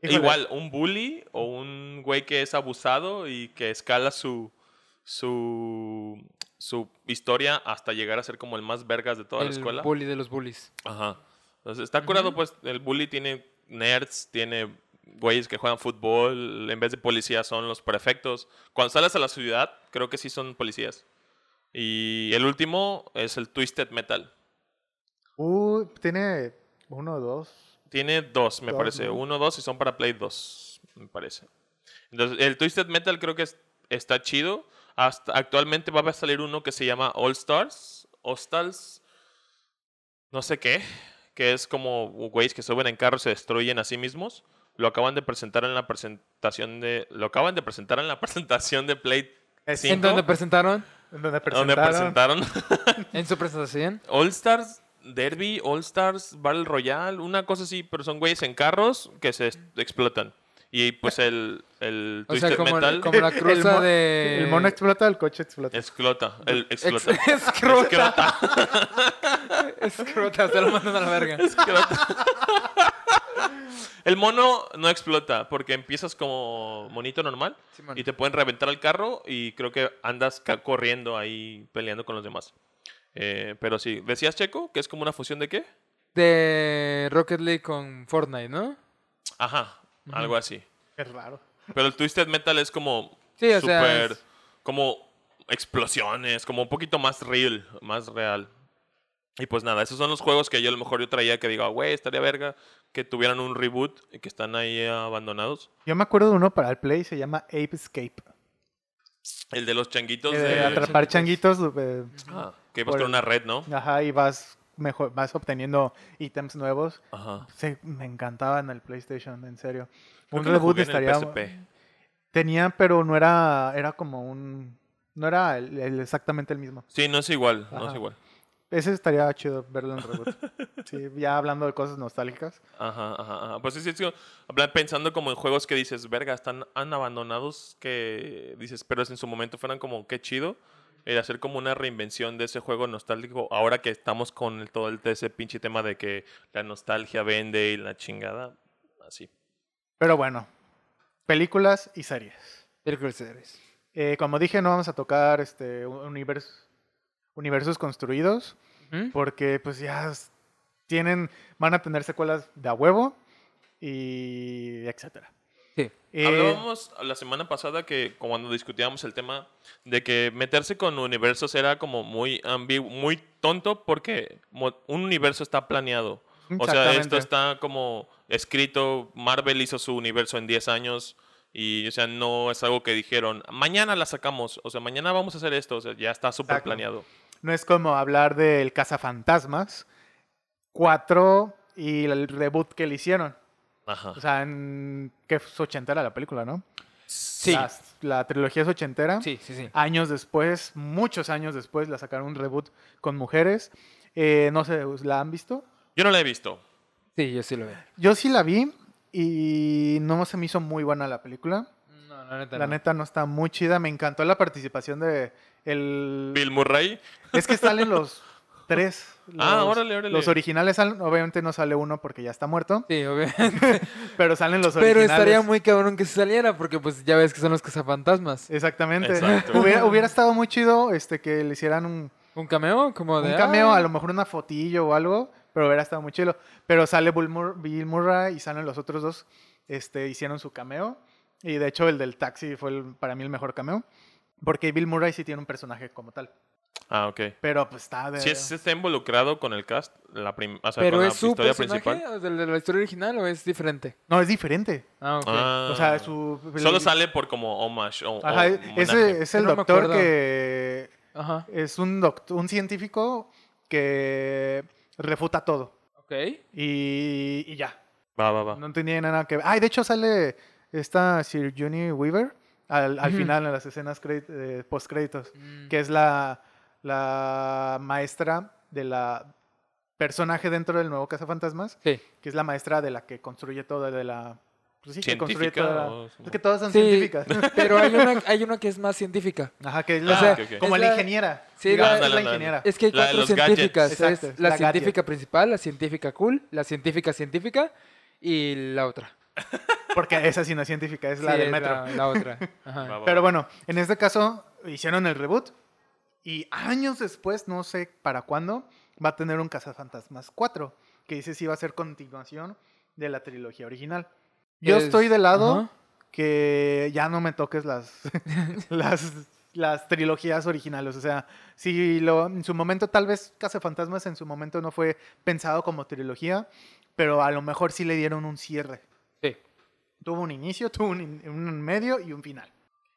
C: Híjole.
B: Igual, un bully o un güey que es abusado y que escala su, su, su historia hasta llegar a ser como el más vergas de toda
D: el
B: la escuela.
D: bully de los bullies.
B: Ajá. Entonces, está curado, pues, el bully tiene nerds, tiene güeyes que juegan fútbol, en vez de policías son los prefectos. Cuando sales a la ciudad, creo que sí son policías. Y el último es el Twisted Metal.
C: Uh, tiene uno o dos.
B: Tiene dos, me
C: Dos,
B: parece.
C: ¿no?
B: Uno, dos y son para Play 2, me parece. Entonces, el Twisted Metal creo que es- está chido. Hasta, actualmente va a salir uno que se llama All Stars, Hostals, no sé qué, que es como güeyes que suben en carros y se destruyen a sí mismos. Lo acaban de presentar en la presentación de. Lo acaban de presentar en la presentación de Play,
C: Es
B: Sí.
D: ¿En
B: Cinco.
D: donde presentaron?
C: en donde
B: donde
C: presentaron.
B: presentaron
D: En su presentación.
B: All Stars Derby, All Stars Battle Royale, una cosa así, pero son güeyes en carros que se est- explotan. Y pues el, el
D: O sea,
B: Twisted
D: como,
B: Metal
D: como la
C: El
D: cruza
C: mo-
D: de...
C: El mono explota, el coche explota.
B: explota. El
D: Ex-
B: explota.
D: Escrota.
B: Escrota.
D: Escrota, se lo mandan a la verga.
B: Escrota. El mono no explota porque empiezas como monito normal
D: Simón.
B: y te pueden reventar el carro y creo que andas ca- corriendo ahí peleando con los demás. Eh, pero sí, decías Checo que es como una fusión de qué?
D: De Rocket League con Fortnite, ¿no?
B: Ajá, algo así.
C: Qué raro.
B: Pero el Twisted Metal es como
D: Sí, o sea,
B: super,
D: es-
B: como explosiones, como un poquito más real, más real. Y pues nada, esos son los juegos que yo a lo mejor yo traía que digo, "Ah, güey, estaría verga que tuvieran un reboot y que están ahí abandonados.
C: Yo me acuerdo de uno para el Play, se llama Ape Escape.
B: El de los changuitos
C: Eh,
B: de,
C: atrapar changuitos. eh,
B: Ah, que ibas
C: por
B: con
C: el-
B: una red, ¿no?
C: ajá, y vas, mejor, vas obteniendo ítems nuevos.
B: Ajá.
C: Sí, me encantaba en el PlayStation, en serio. un
B: Creo que lo
C: reboot
B: jugué en el
C: estaría.
B: PSP.
C: Tenía, pero no era. Era como un. No era el- el- exactamente el mismo.
B: Sí, no es igual, no
C: Ajá.
B: es igual.
C: Ese estaría chido verlo en reboot. sí, ya hablando de cosas nostálgicas.
B: Ajá, ajá, ajá. Pues sí, sí, sí. Habla- Pensando como en juegos que dices, verga, están han abandonados, que dices, pero en su momento fueran como, qué chido. El hacer como una reinvención de ese juego nostálgico, ahora que estamos con el- todo el, ese pinche tema de que la nostalgia vende y la chingada, así.
C: Pero bueno, películas y series.
D: Películas y series.
C: Eh, como dije, no vamos a tocar este universo, universos construidos.
D: ¿Mm?
C: Porque pues ya s- tienen, van a tener secuelas de a huevo y etcétera.
D: Sí.
C: Eh,
B: Hablábamos la semana pasada que cuando discutíamos el tema de que meterse con universos era como muy ambiguo, muy tonto porque mo- un universo está planeado. O sea, esto
C: Exactamente.
B: está como escrito, Marvel hizo su universo en 10 años y, o sea, no es algo que dijeron, mañana la sacamos, o sea, mañana vamos a hacer esto, o sea, ya está súper
C: Exacto.
B: planeado.
C: No es como hablar del Cazafantasmas 4 y el reboot que le hicieron.
B: Ajá.
C: O sea, en, que es ochentera la película, ¿no?
D: Sí.
C: Las- La, trilogía es ochentera.
D: sí, sí, sí.
C: Años después, muchos años después, la sacaron un reboot con mujeres. Eh, no sé, ¿la han visto?
B: Yo no la he visto.
D: Sí, yo sí lo veo.
C: Yo sí la vi y no se me hizo muy buena la película.
D: No, la neta.
C: La
D: no.
C: neta no está muy chida. Me encantó la participación de el.
B: Bill Murray.
C: Es que salen los tres.
B: Ah,
C: los-
B: órale, órale.
C: Los originales salen. Obviamente no sale uno porque ya está muerto.
D: Sí, obviamente.
C: Pero salen los
D: Pero
C: originales.
D: estaría muy cabrón que se saliera, porque pues ya ves que son los cazafantasmas.
C: Exactamente.
B: Exacto.
C: Hubiera, hubiera estado muy chido este que le hicieran un,
D: ¿Un cameo? Como de. "Ah,
C: un cameo,
D: "Ay".
C: a lo mejor una fotillo o algo. Pero hubiera estado muy chido. Pero sale Bill, Mur- Bill Murray y salen los otros dos. Este, hicieron su cameo. Y de hecho, el del taxi fue el- para mí el mejor cameo. Porque Bill Murray sí tiene un personaje como tal.
B: Ah, ok.
C: Pero pues está de.
B: Si es- está involucrado con el cast, la prim- o sea,
D: ¿Pero
B: con
D: es
B: la
D: su
B: historia
D: personaje?
B: principal.
D: ¿O del de la historia original o es diferente?
C: No, es diferente.
D: Ah, ok.
B: Ah.
C: O sea, su.
B: Solo sale por como homage o, o
C: Ajá, e-,
B: homenaje.
C: ese es el
D: No me
C: doctor
D: acuerdo.
C: que.
D: Ajá.
C: Es un, doctor, un científico que refuta todo.
D: Ok.
C: Y, y ya.
B: Va, va, va.
C: No tenía nada que ver. Ay, de hecho sale esta Sir Juni Weaver al, al
D: Ujú.
C: final en las escenas cre- eh, postcréditos.
D: Mm.
C: Que es la, la maestra de la personaje dentro del nuevo Cazafantasmas,
D: Sí.
C: que es la maestra de la que construye todo, de la... Pues sí, que construye
B: ¿Científica
C: toda la-
B: o es
C: Es que todas son
D: Sí.
C: científicas.
D: Pero hay una, hay una que es más científica.
C: Ajá, que es
B: Ah,
C: la,
B: ok, ok.
C: como
D: Es
C: la,
D: la-
C: ingeniera.
D: Sí,
C: digamos,
D: la-
C: es la,
B: Ándale, ándale.
C: ingeniera.
D: Es que hay
B: La de
D: cuatro
B: los
D: científicas.
C: gadgets. Exacto,
D: es la,
C: la gadget.
D: científica principal, la científica cool, la científica científica y la otra.
C: Porque esa sí no es científica, es la
D: Sí,
C: del
D: es
C: metro.
D: La, la otra. Ajá.
B: Va, va,
C: Pero
B: va.
C: bueno, en este caso hicieron el reboot y años después, no sé para cuándo, va a tener un Cazafantasmas 4, que dice si va a ser continuación de la trilogía original. Yo
D: Es-
C: estoy de lado
D: Ajá.
C: que ya no me toques las, las, las trilogías originales. O sea, si lo, en su momento, tal vez Cazafantasmas en su momento no fue pensado como trilogía, pero a lo mejor sí le dieron un cierre.
D: Sí.
C: Tuvo un inicio, tuvo un, in- un medio y un final.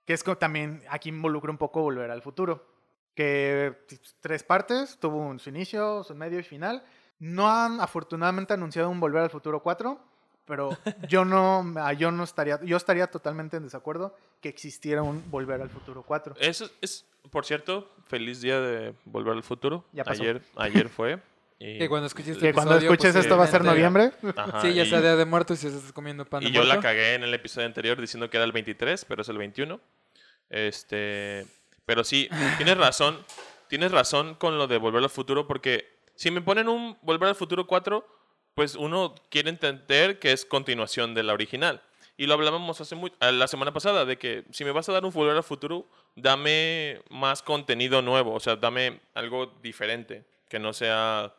C: Que es co- también aquí involucra un poco volver al futuro. Que t- tres partes, tuvo un, su inicio, su medio y final. No han afortunadamente anunciado un Volver al Futuro 4, pero yo no, ah, yo no estaría, yo estaría totalmente en desacuerdo que existiera un Volver al Futuro 4.
B: Eso es, por cierto, feliz día de Volver al Futuro.
C: Ya pasó.
B: Ayer, ayer fue. y-
D: Que cuando escuches
C: Que cuando
D: episodio,
C: escuches
D: pues,
C: esto va a ser
D: evidentemente-
C: noviembre.
B: Ajá,
D: Sí, ya
B: y-
D: está Día de Muertos y estás comiendo pan de
B: Y yo la
D: muerto.
B: cagué en el episodio anterior diciendo que era el 23, pero es el 21. Este, pero sí, tienes razón. Tienes razón con lo de Volver al Futuro porque si me ponen un Volver al Futuro 4, pues uno quiere entender que es continuación de la original. Y lo hablábamos hace mu- a la semana pasada de que si me vas a dar un Volver al Futuro, dame más contenido nuevo, o sea, dame algo diferente, que no sea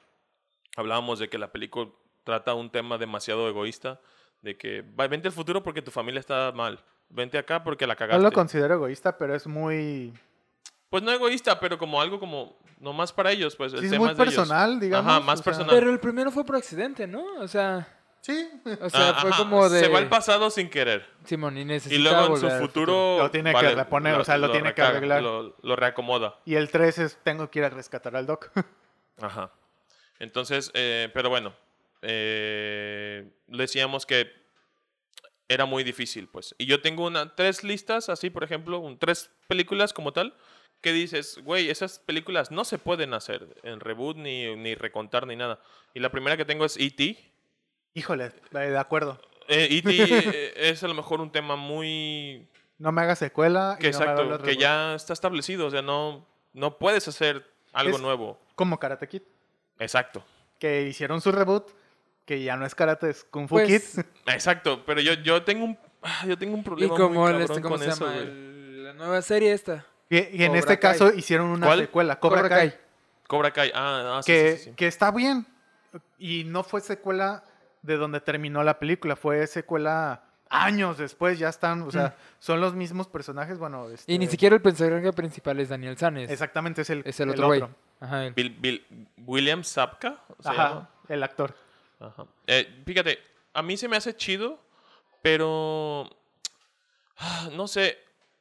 B: hablábamos de que la película trata un tema demasiado egoísta, de que "Va, vente al futuro porque tu familia está mal, vente acá porque la
C: No
B: cagaste.
C: lo considero egoísta, pero es muy,
B: pues no egoísta, pero como algo como nomás para ellos, pues el
C: sí, es
B: tema
C: muy
B: es de ellos.
C: personal, digamos.
B: Ajá, más
C: o sea,
B: personal.
D: Pero el primero fue por accidente, ¿no? O sea,
C: Sí,
D: o sea
B: Ah,
D: fue
B: ajá,
D: como de
B: se va al pasado sin querer
D: Simón y necesita
B: y luego en su
D: volver al
B: futuro,
C: Lo tiene que reponer, o sea, lo tiene que
B: recaga-
C: arreglar.
B: lo- lo reacomoda.
C: Y el 3 es tengo que ir a rescatar al Doc.
B: Ajá. Entonces, eh, pero bueno, eh, decíamos que era muy difícil, pues. Y yo tengo una, tres listas, así, por ejemplo, un, tres películas como tal, que dices, güey, esas películas no se pueden hacer en reboot ni, ni recontar ni nada. Y la primera que tengo es E.T.
C: Híjole, eh, de acuerdo.
B: Eh, E.T. eh, es a lo mejor un tema muy...
C: No me hagas secuela. y
B: Que
C: no me hagas
B: exacto,
C: los
B: que
C: reboots.
B: ya está establecido. O sea, no, no puedes hacer algo
C: Es-
B: nuevo.
C: Como Karate Kid,
B: Exacto.
C: que hicieron su reboot, que ya no es Karate, es Kung Fu
D: Pues,
C: Kid.
B: Exacto, pero yo, yo tengo un... ah, Yo tengo un
D: Y
B: problema
D: como el,
B: muy cabrón
D: este, ¿cómo
B: con
D: se
B: eso,
D: llama?
B: güey.
D: El- la nueva serie esta.
C: Y, y en
D: Cobra
C: este
D: Kai.
C: caso hicieron una
B: ¿Cuál?
C: secuela, Cobra,
D: Cobra
C: Kai,
D: Kai.
B: Cobra Kai. Ah, ah, sí,
C: que,
B: sí, sí, sí.
C: que está bien. Y no fue secuela de donde terminó la película, fue secuela años después, ya están, o sea, son los mismos personajes, bueno.
D: Mm. Y ni
C: este,
D: siquiera el personaje principal es Daniel Sanes.
C: Exactamente, es el,
D: Es el otro güey. Ajá, él.
B: Bill- Bill- William Sapka. se llama.
C: Ajá, el actor.
B: Ajá. Eh, fíjate, a mí se me hace chido, pero ah, no sé.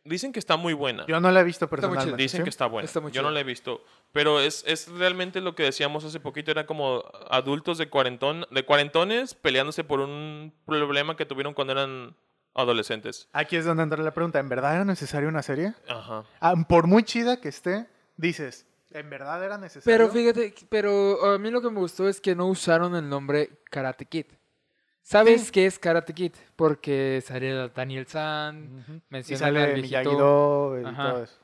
B: Dicen que está muy buena.
C: Yo no la he visto
D: muy chido.
C: personalmente.
B: Dicen
C: ¿sí?
B: que está buena.
D: Está muy
B: Yo no
D: chida.
B: la he visto. Pero es, es realmente lo que decíamos hace poquito. Era como adultos de, cuarentón, de cuarentones peleándose por un problema que tuvieron cuando eran adolescentes.
C: Aquí es donde entra la pregunta, ¿en verdad era necesaria una serie?
B: Ajá.
C: Ah, por muy chida que esté, dices, ¿en verdad era necesario?
D: Pero fíjate, que- pero a mí lo que me gustó es que no usaron el nombre Karate Kid. ¿Sabes qué es Karate Kid? Porque sale Daniel San,
C: Ujú. Y
D: mencionan al
C: sale
D: viejito,
C: Miyagi-Do y
D: Ajá.
C: todo eso.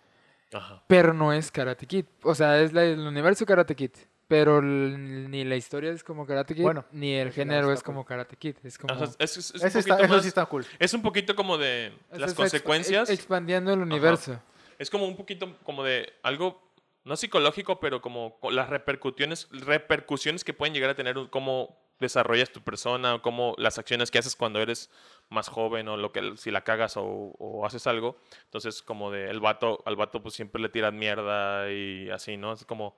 B: Ajá.
D: pero no es Karate Kid. O sea, es la- el universo Karate Kid, pero l- ni la historia es como Karate Kid,
C: Bueno,
D: ni el
C: es que
D: género
C: está
D: es
C: cool.
D: como Karate Kid. Es como...
B: O sea, es, es- es un
C: Ese está-
B: poquito
C: eso sí
B: más-
C: está cool.
B: es un poquito como de
D: es-
B: las
D: es exp-
B: consecuencias.
D: ex- expandiendo el universo.
B: Es como un poquito como de algo, no psicológico, pero como co- las repercusiones, repercusiones que pueden llegar a tener un- cómo desarrollas tu persona, o cómo las acciones que haces cuando eres más joven o lo que si la cagas o, o haces algo. Entonces, como de el vato, al vato pues siempre le tiran mierda y así, ¿no? Es como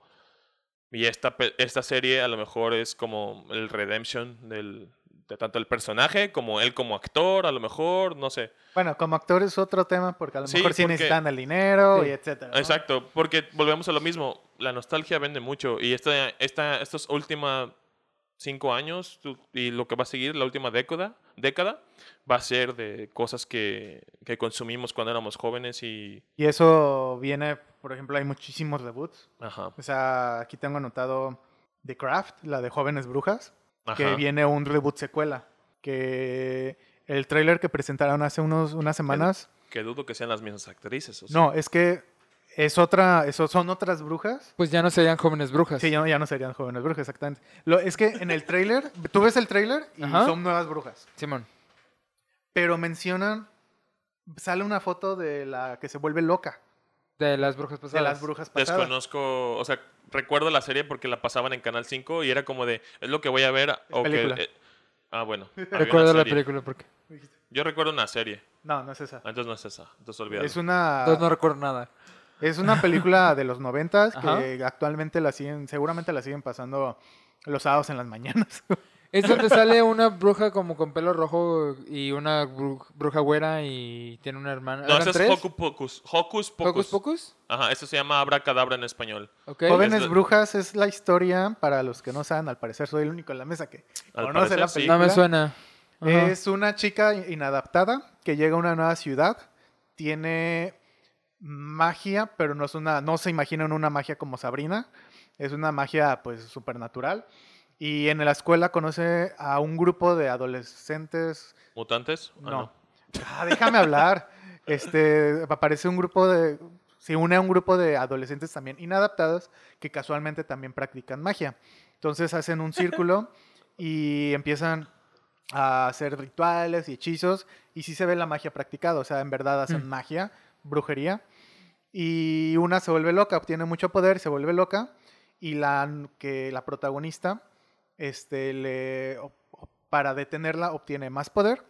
B: y esta pe- esta serie a lo mejor es como el redemption del de tanto el personaje como él como actor, a lo mejor, no sé.
C: Bueno, como actor es otro tema porque a lo
B: Sí,
C: mejor sí
B: porque-
C: necesitan el dinero
D: Sí.
C: y etcétera. ¿no?
B: Exacto, porque volvemos a lo mismo. La nostalgia vende mucho. Y esta, esta, estos últimos cinco años tú- y lo que va a seguir, la última década, década va a ser de cosas que, que consumimos cuando éramos jóvenes y.
C: Y eso viene, por ejemplo, hay muchísimos reboots.
B: Ajá.
C: O sea, aquí tengo anotado The Craft, la de Jóvenes Brujas, que
B: ajá.
C: viene un reboot secuela. Que el tráiler que presentaron hace unos, unas semanas.
B: Que dudo que sean las mismas actrices. o sea.
C: No, es que es otra, eso son otras brujas
D: Pues ya no serían jóvenes brujas.
C: Sí, ya no, ya no serían jóvenes brujas, exactamente. Lo, es que en el tráiler, tú ves el tráiler y
D: Ajá.
C: son nuevas brujas.
D: Simón.
C: Pero mencionan, sale una foto de la que se vuelve loca,
D: De las brujas pasadas.
C: de las brujas pasadas.
B: Desconozco, o sea, recuerdo la serie porque la pasaban en Canal 5 y era como de, es lo que voy a ver. O que-
C: película.
B: eh, ah, bueno. había una
D: Recuerdo la
B: serie.
D: película porque.
B: Yo recuerdo una serie.
C: No, no es esa.
B: Ah, Entonces no es esa. Entonces olvídalo.
C: Es una,
D: Entonces no recuerdo nada.
C: es una película de los noventas
D: Ajá.
C: que actualmente la siguen, seguramente la siguen pasando los sábados en las mañanas.
D: Es donde sale una bruja como con pelo rojo y una bru- bruja güera y tiene una hermana.
B: No,
D: ¿Eran
B: ese es
D: tres?
B: Hocus Pocus.
D: Hocus
B: Hocus Pocus.
D: Pocus.
B: Ajá, eso se llama Abracadabra en español.
D: Ok.
C: Jóvenes
B: la-
C: Brujas es la historia, para los que no saben, al parecer soy el único en la mesa que
B: Al
C: conoce
B: parecer,
C: la
B: sí.
C: película.
D: No me suena. Ajá.
C: Es una chica inadaptada que llega a una nueva ciudad, tiene magia, pero no es una, no se imaginan una magia como Sabrina, es una magia pues supernatural. Y en la escuela conoce a un grupo de adolescentes.
B: ¿Mutantes? Ah,
C: No. Ah, déjame hablar. Este aparece un grupo de. Se une a un grupo de adolescentes también inadaptados que casualmente también practican magia. Entonces hacen un círculo y empiezan a hacer rituales y hechizos. Y sí se ve la magia practicada. O sea, en verdad hacen
D: Mm.
C: magia, brujería. Y una se vuelve loca, obtiene mucho poder, se vuelve loca. Y la n- que la protagonista, este, le o- o- para detenerla, obtiene más poder.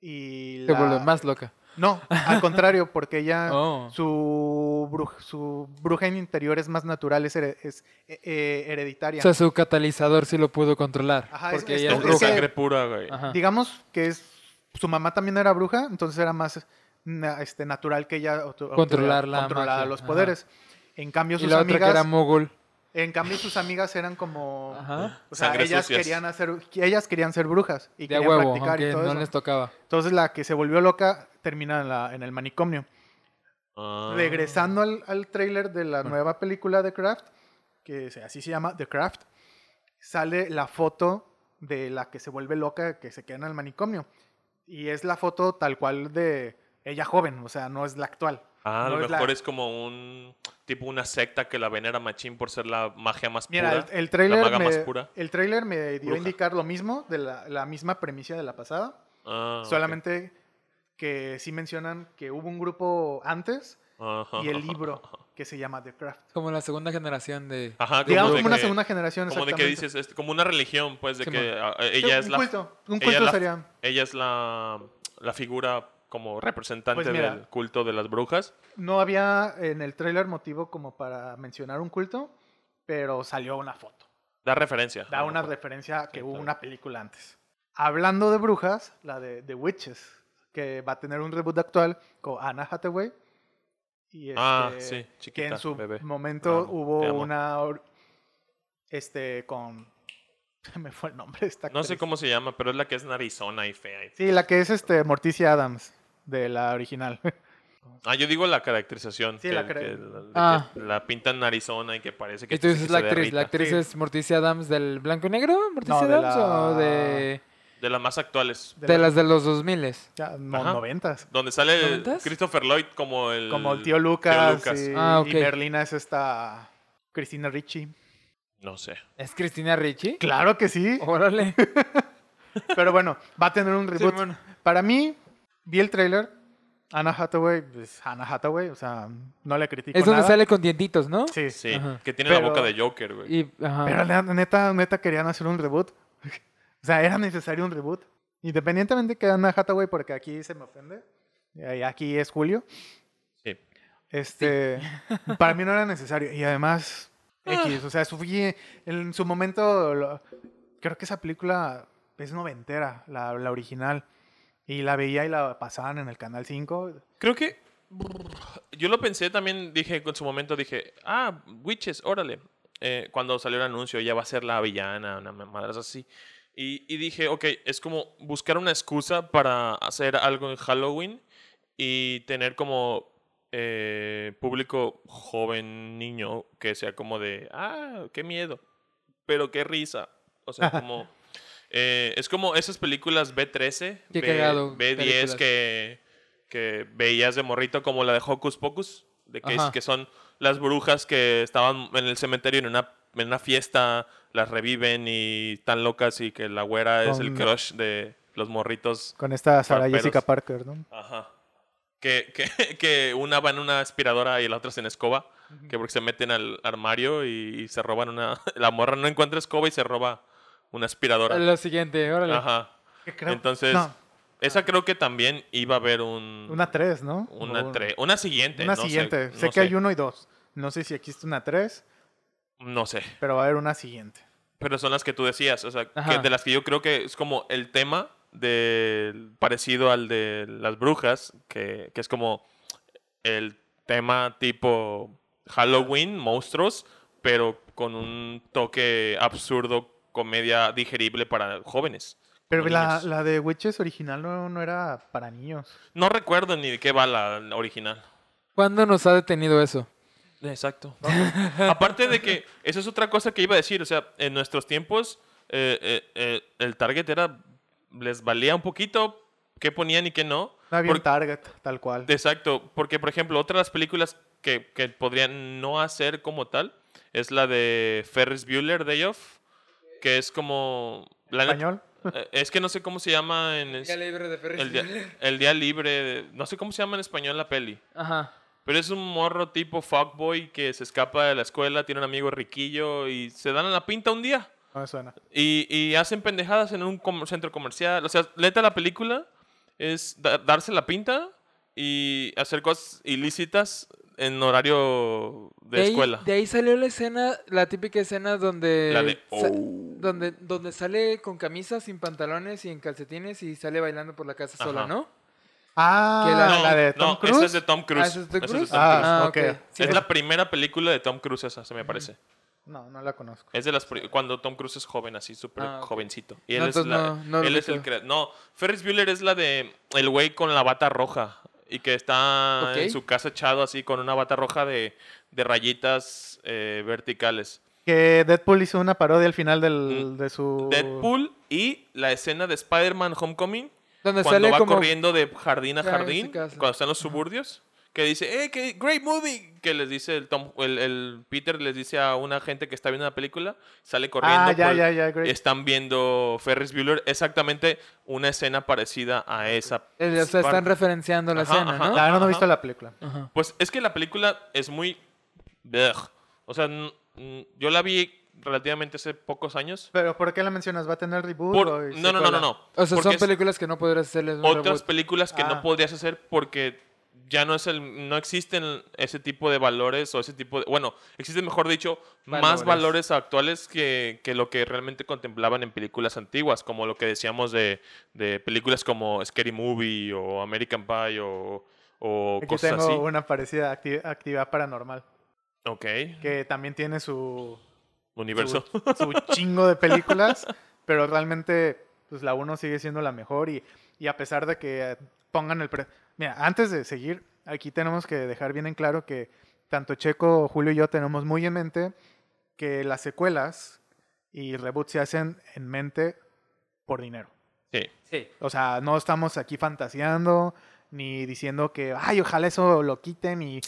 C: Y
D: Se
C: la-
D: vuelve más loca.
C: No, al contrario, porque ella
D: Oh.
C: su, bruj- su bruja en interior es más natural, es, here- es, eh, eh, hereditaria.
D: O sea, su catalizador sí lo pudo controlar.
C: Ajá, es-
D: porque
C: es-
D: ella
B: no.
D: es,
B: Es,
C: que-
D: bruja.
B: sangre pura, güey.
D: Ajá.
C: Digamos que es su mamá también era bruja, entonces era más na- este, natural que ella obtu- obtuviera-
D: Controlar la
C: controlara
D: magia,
C: los
D: ajá.
C: poderes. En cambio,
D: Y
C: sus
D: la otra que
C: amigas,
D: era mogul.
C: en cambio sus amigas eran como,
D: Ajá.
C: o sea,
B: Sangre
C: ellas
B: sucias.
C: querían hacer, ellas querían ser brujas y
D: De a
C: querían
D: huevo,
C: practicar y
D: aunque
C: todo
D: no
C: eso.
D: les tocaba.
C: Entonces la que se volvió loca termina en, la- en el manicomio.
B: Ah.
C: Regresando al, al tráiler de la nueva película de Craft, que se- así se llama The Craft, sale la foto de la que se vuelve loca, que se queda en el manicomio. Y es la foto tal cual de ella joven, o sea, no es la actual.
B: Ah, a lo
C: no es la-
B: mejor es como un tipo una secta que la venera machín por ser la magia más pura.
C: Mira, el, el
B: la
C: tráiler
B: maga más
C: me,
B: pura.
C: el tráiler me dio a
B: Bruja.
C: indicar lo mismo, de la, la misma premisa de la pasada,
B: Ah, ok.
C: solamente que sí mencionan que hubo un grupo antes
B: Ajá.
C: y el libro que se llama The Craft.
D: Como la segunda generación de...
B: Ajá,
C: Digamos
B: Ah, de
C: como una
B: que-
C: segunda generación.
B: Como de que
C: exactamente.
B: dices, este, como una religión, pues, de
D: Sí,
B: que
D: man.
B: ah, eh,
C: Sí,
B: ella es
C: un
B: la...
C: culto, un
B: ella
C: culto
B: es la-
C: sería.
B: Ella es la, la figura como representante
C: Pues mira.
B: del culto de las brujas.
C: No había en el tráiler motivo como para mencionar un culto, pero salió una foto.
B: Da referencia.
C: Da
B: a lo
C: una
B: mejor.
C: referencia a que
B: Sí,
C: hubo
B: claro.
C: una película antes. Hablando de brujas, la de The Witches, que va a tener un reboot actual con Anna Hathaway. Y este,
B: Ah, sí,
C: que
B: chiquita,
C: en su
B: bebé.
C: momento
B: Te amo,
C: hubo
B: te amo.
C: una... or- Este, con... se me fue el nombre de esta
B: No sé
C: actriz.
B: cómo se llama, pero es la que es narizona y fea. y-
C: Sí, la que es este, Morticia Adams, de la original.
B: Ah, yo digo la caracterización.
C: Sí,
B: que-
C: la
B: que
C: cara-
B: la- de
D: Ah.
B: que la pintan narizona y que parece que...
D: Y tú
B: que
D: dices
B: se
D: la actriz. ¿La
B: derrita.
D: actriz
C: Sí.
D: es Morticia Adams del blanco y negro? ¿Morticia
C: No, de
D: Adams o
C: la-
D: de,
B: De las más actuales.
D: de las de los 2000?
C: Ya, no,
B: Ajá.
C: noventas.
B: Donde sale
D: ¿Noventas?
B: Christopher Lloyd como el...
C: Como el tío Lucas,
B: Lucas.
C: Y,
D: Ah, ok.
C: y Merlina es esta Cristina Ricci.
B: No sé.
D: ¿Es Cristina Ricci?
C: Claro que sí,
D: Órale.
C: pero bueno, va a tener un reboot.
D: Simón.
C: Para mí, vi el trailer. Anna Hathaway, pues Anna Hathaway, o sea, no le critico
D: es donde
C: nada.
D: sale con dientitos, ¿no?
C: Sí,
B: Sí,
D: Ajá.
B: que tiene la
C: Pero-
B: boca de Joker, güey.
D: Y, ajá.
B: Ah.
C: Pero la neta, neta querían hacer un reboot. o sea, era necesario un reboot. Independientemente que Anna Hathaway, porque aquí se me ofende. eh, y Aquí es Julio.
B: Sí.
C: Este, para mí no era necesario. Y además,
B: Ah.
C: X, o sea, subí en su momento, lo- creo que esa película es noventera, la, la original. Y la veía y la pasaban en el Canal 5.
B: Creo que. Yo lo pensé también, dije, en su momento dije, ah, Witches, órale. Eh, cuando salió el anuncio, ya va a ser la villana, una ma- madre así. Y, y dije, ok, es como buscar una excusa para hacer algo en Halloween y tener como eh, público joven, niño, que sea como de, ah, qué miedo, pero qué risa. O sea, como... eh, es como esas películas B13,
D: Qué
B: B-
D: cagado,
B: B10
D: películas.
B: que, que veías de morrito como la de Hocus Pocus, de que, es-
D: Ajá.
B: que son las brujas que estaban en el cementerio en una, en una fiesta, las reviven y están locas y que la güera es el
C: Con-
B: crush de los morritos.
C: Con esta Sara
B: Raperos.
C: Jessica Parker, ¿no?
B: Ajá. Que, que, que una va en una aspiradora y la otra en escoba. Que porque se meten al armario y, y se roban una... La morra no encuentra escoba y se roba una aspiradora.
D: Lo siguiente, órale.
B: Ajá.
C: Que creo-
B: Entonces,
C: no,
B: Esa creo que también iba a haber un...
C: una 3, ¿no?
B: Una,
C: O-
B: tre- una siguiente.
C: Una
B: no
C: siguiente.
B: Sé,
C: sé
B: no
C: que hay uno y dos. No sé si existe una 3,
B: No sé.
C: pero va a haber una siguiente.
B: Pero son las que tú decías. O sea, que
D: Ajá.
B: de las que yo creo que es como el tema del parecido al de las brujas, que, que es como el tema tipo Halloween, monstruos, pero con un toque absurdo, comedia digerible para jóvenes.
C: Pero
B: Con
C: la,
B: niños.
C: la de Witches original no, no era para niños.
B: No recuerdo ni de qué va la la original.
D: ¿Cuándo nos ha detenido eso?
B: Exacto. Aparte de que, esa es otra cosa que iba a decir, o sea, en nuestros tiempos eh, eh, eh, el target era, les valía un poquito qué ponían y qué no.
C: No había un
B: Por-
C: Target, tal cual.
B: Exacto, porque por ejemplo, otra de las películas que, que podrían no hacer como tal es la de Ferris Bueller Day Off, que es como... la neta-
C: ¿Español?
B: eh, es que no sé cómo se llama en... es-
D: libre de Ferris.
B: el, día, el día libre, no sé cómo se llama en español la peli.
D: Ajá.
B: Pero es un morro tipo fuckboy que se escapa de la escuela, tiene un amigo riquillo y se dan a la pinta un día.
C: No me suena.
B: Y, y hacen pendejadas en un com- centro comercial. O sea, neta la película es da- darse la pinta y hacer cosas ilícitas en horario de,
D: ahí-
B: escuela.
D: de ahí salió la escena, la típica escena donde.
B: La de,
D: sa-
B: "Oh".
D: donde, donde sale con camisa, sin pantalones y en calcetines y sale bailando por la casa sola,
B: Ajá.
D: ¿no?
C: Ah,
D: Que la-
B: no,
C: la de Tom
B: no,
C: Cruise.
B: esa es de Tom Cruise.
D: Ah, ¿esa es de
B: Esa es de
D: Cruz?
B: Tom
C: Ah,
B: Cruise.
C: ah,
D: ok.
C: ok.
D: Sí,
B: es
D: es-
B: la primera película de Tom Cruise esa, se me parece.
C: No, no la conozco.
B: Es de las pri- cuando Tom Cruise es joven, así súper
D: Ah, ok.
B: jovencito. Y él
D: No,
B: es,
D: entonces
B: la-
D: no- no lo
B: él es el
D: ubico.
B: crea- No, Ferris Bueller es la de el güey con la bata roja. y que está
D: Ok.
B: en su casa echado así con una bata roja de, de rayitas eh, verticales.
C: Que Deadpool hizo una parodia al final del, de
D: Oh.
C: su.
B: Mm, Deadpool y la escena de Spider-Man Homecoming
D: Donde
B: cuando
D: sale
B: va
D: como.
B: corriendo de jardín a
D: Ya, en su
B: jardín,
D: casa.
B: cuando están los suburbios, que dice, ¡eh, qué great movie! Que les dice el Tom, el, el Peter les dice a una gente que está viendo la película, sale corriendo,
C: Ah, ya,
B: por-
C: ya, ya, great.
B: están viendo Ferris Bueller, exactamente una escena parecida a esa.
D: eh, o sea,
B: parte.
D: están referenciando la
B: Ajá,
D: escena,
B: ajá.
D: ¿no?
C: Ah, no, no he visto
B: Ajá.
C: la película.
D: Ajá.
B: Pues es que la película es muy... Ugh. O sea, n- n- yo la vi relativamente hace pocos años.
C: Pero ¿por qué la mencionas? ¿Va a tener reboot?
B: Por-
C: o
B: no, no, no, no,
C: secuela?
B: no.
D: O sea,
B: Porque
D: son
B: es-
D: películas que no podrías hacerles un
B: otras
D: reboot.
B: películas que
C: Ah.
B: no podrías hacer porque ya no es el no existen ese tipo de valores o ese tipo de, bueno existen mejor dicho más
D: Valores.
B: valores actuales que, que lo que realmente contemplaban en películas antiguas como lo que decíamos de, de películas como Scary Movie o American Pie o, o
C: Aquí
B: cosas
C: tengo
B: así
C: una parecida acti- actividad paranormal.
B: ok
C: Que también tiene su.
B: universo
C: Su, su chingo de películas. pero realmente, pues la uno sigue siendo la mejor. Y, y a pesar de que eh, pongan el. pre- Mira, antes de seguir, aquí tenemos que dejar bien en claro que tanto Checo, Julio y yo tenemos muy en mente que las secuelas y reboots se hacen en mente por dinero.
B: sí
D: Sí.
C: O sea, no estamos aquí fantaseando ni diciendo que, ay, ojalá eso lo quiten y, y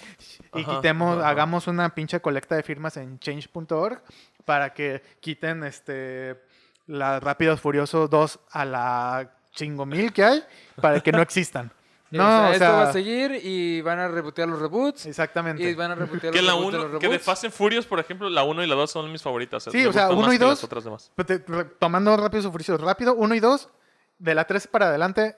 B: Ajá,
C: quitemos,
B: ajá, ajá.
C: hagamos una pinche colecta de firmas en change.org para que quiten este la Rápidos Furiosos 2 a la chingo mil que hay para que no existan. No, o
D: esto va a
C: sea,
D: seguir y van a rebotear los reboots. Y
C: exactamente.
D: van a rebotear
B: que
D: los
B: la
D: reboots de los
B: uno que de
D: reboots.
B: Fast and Furious por ejemplo la 1 y la 2 son mis favoritas
C: Sí,
B: me
C: o sea,
B: gustan
C: uno
B: más
C: y
B: que las
C: dos,
B: otras demás.
C: Pero te- re- Tomando Rápidos y Furiosos rápido, 1 y 2, de la 3 para adelante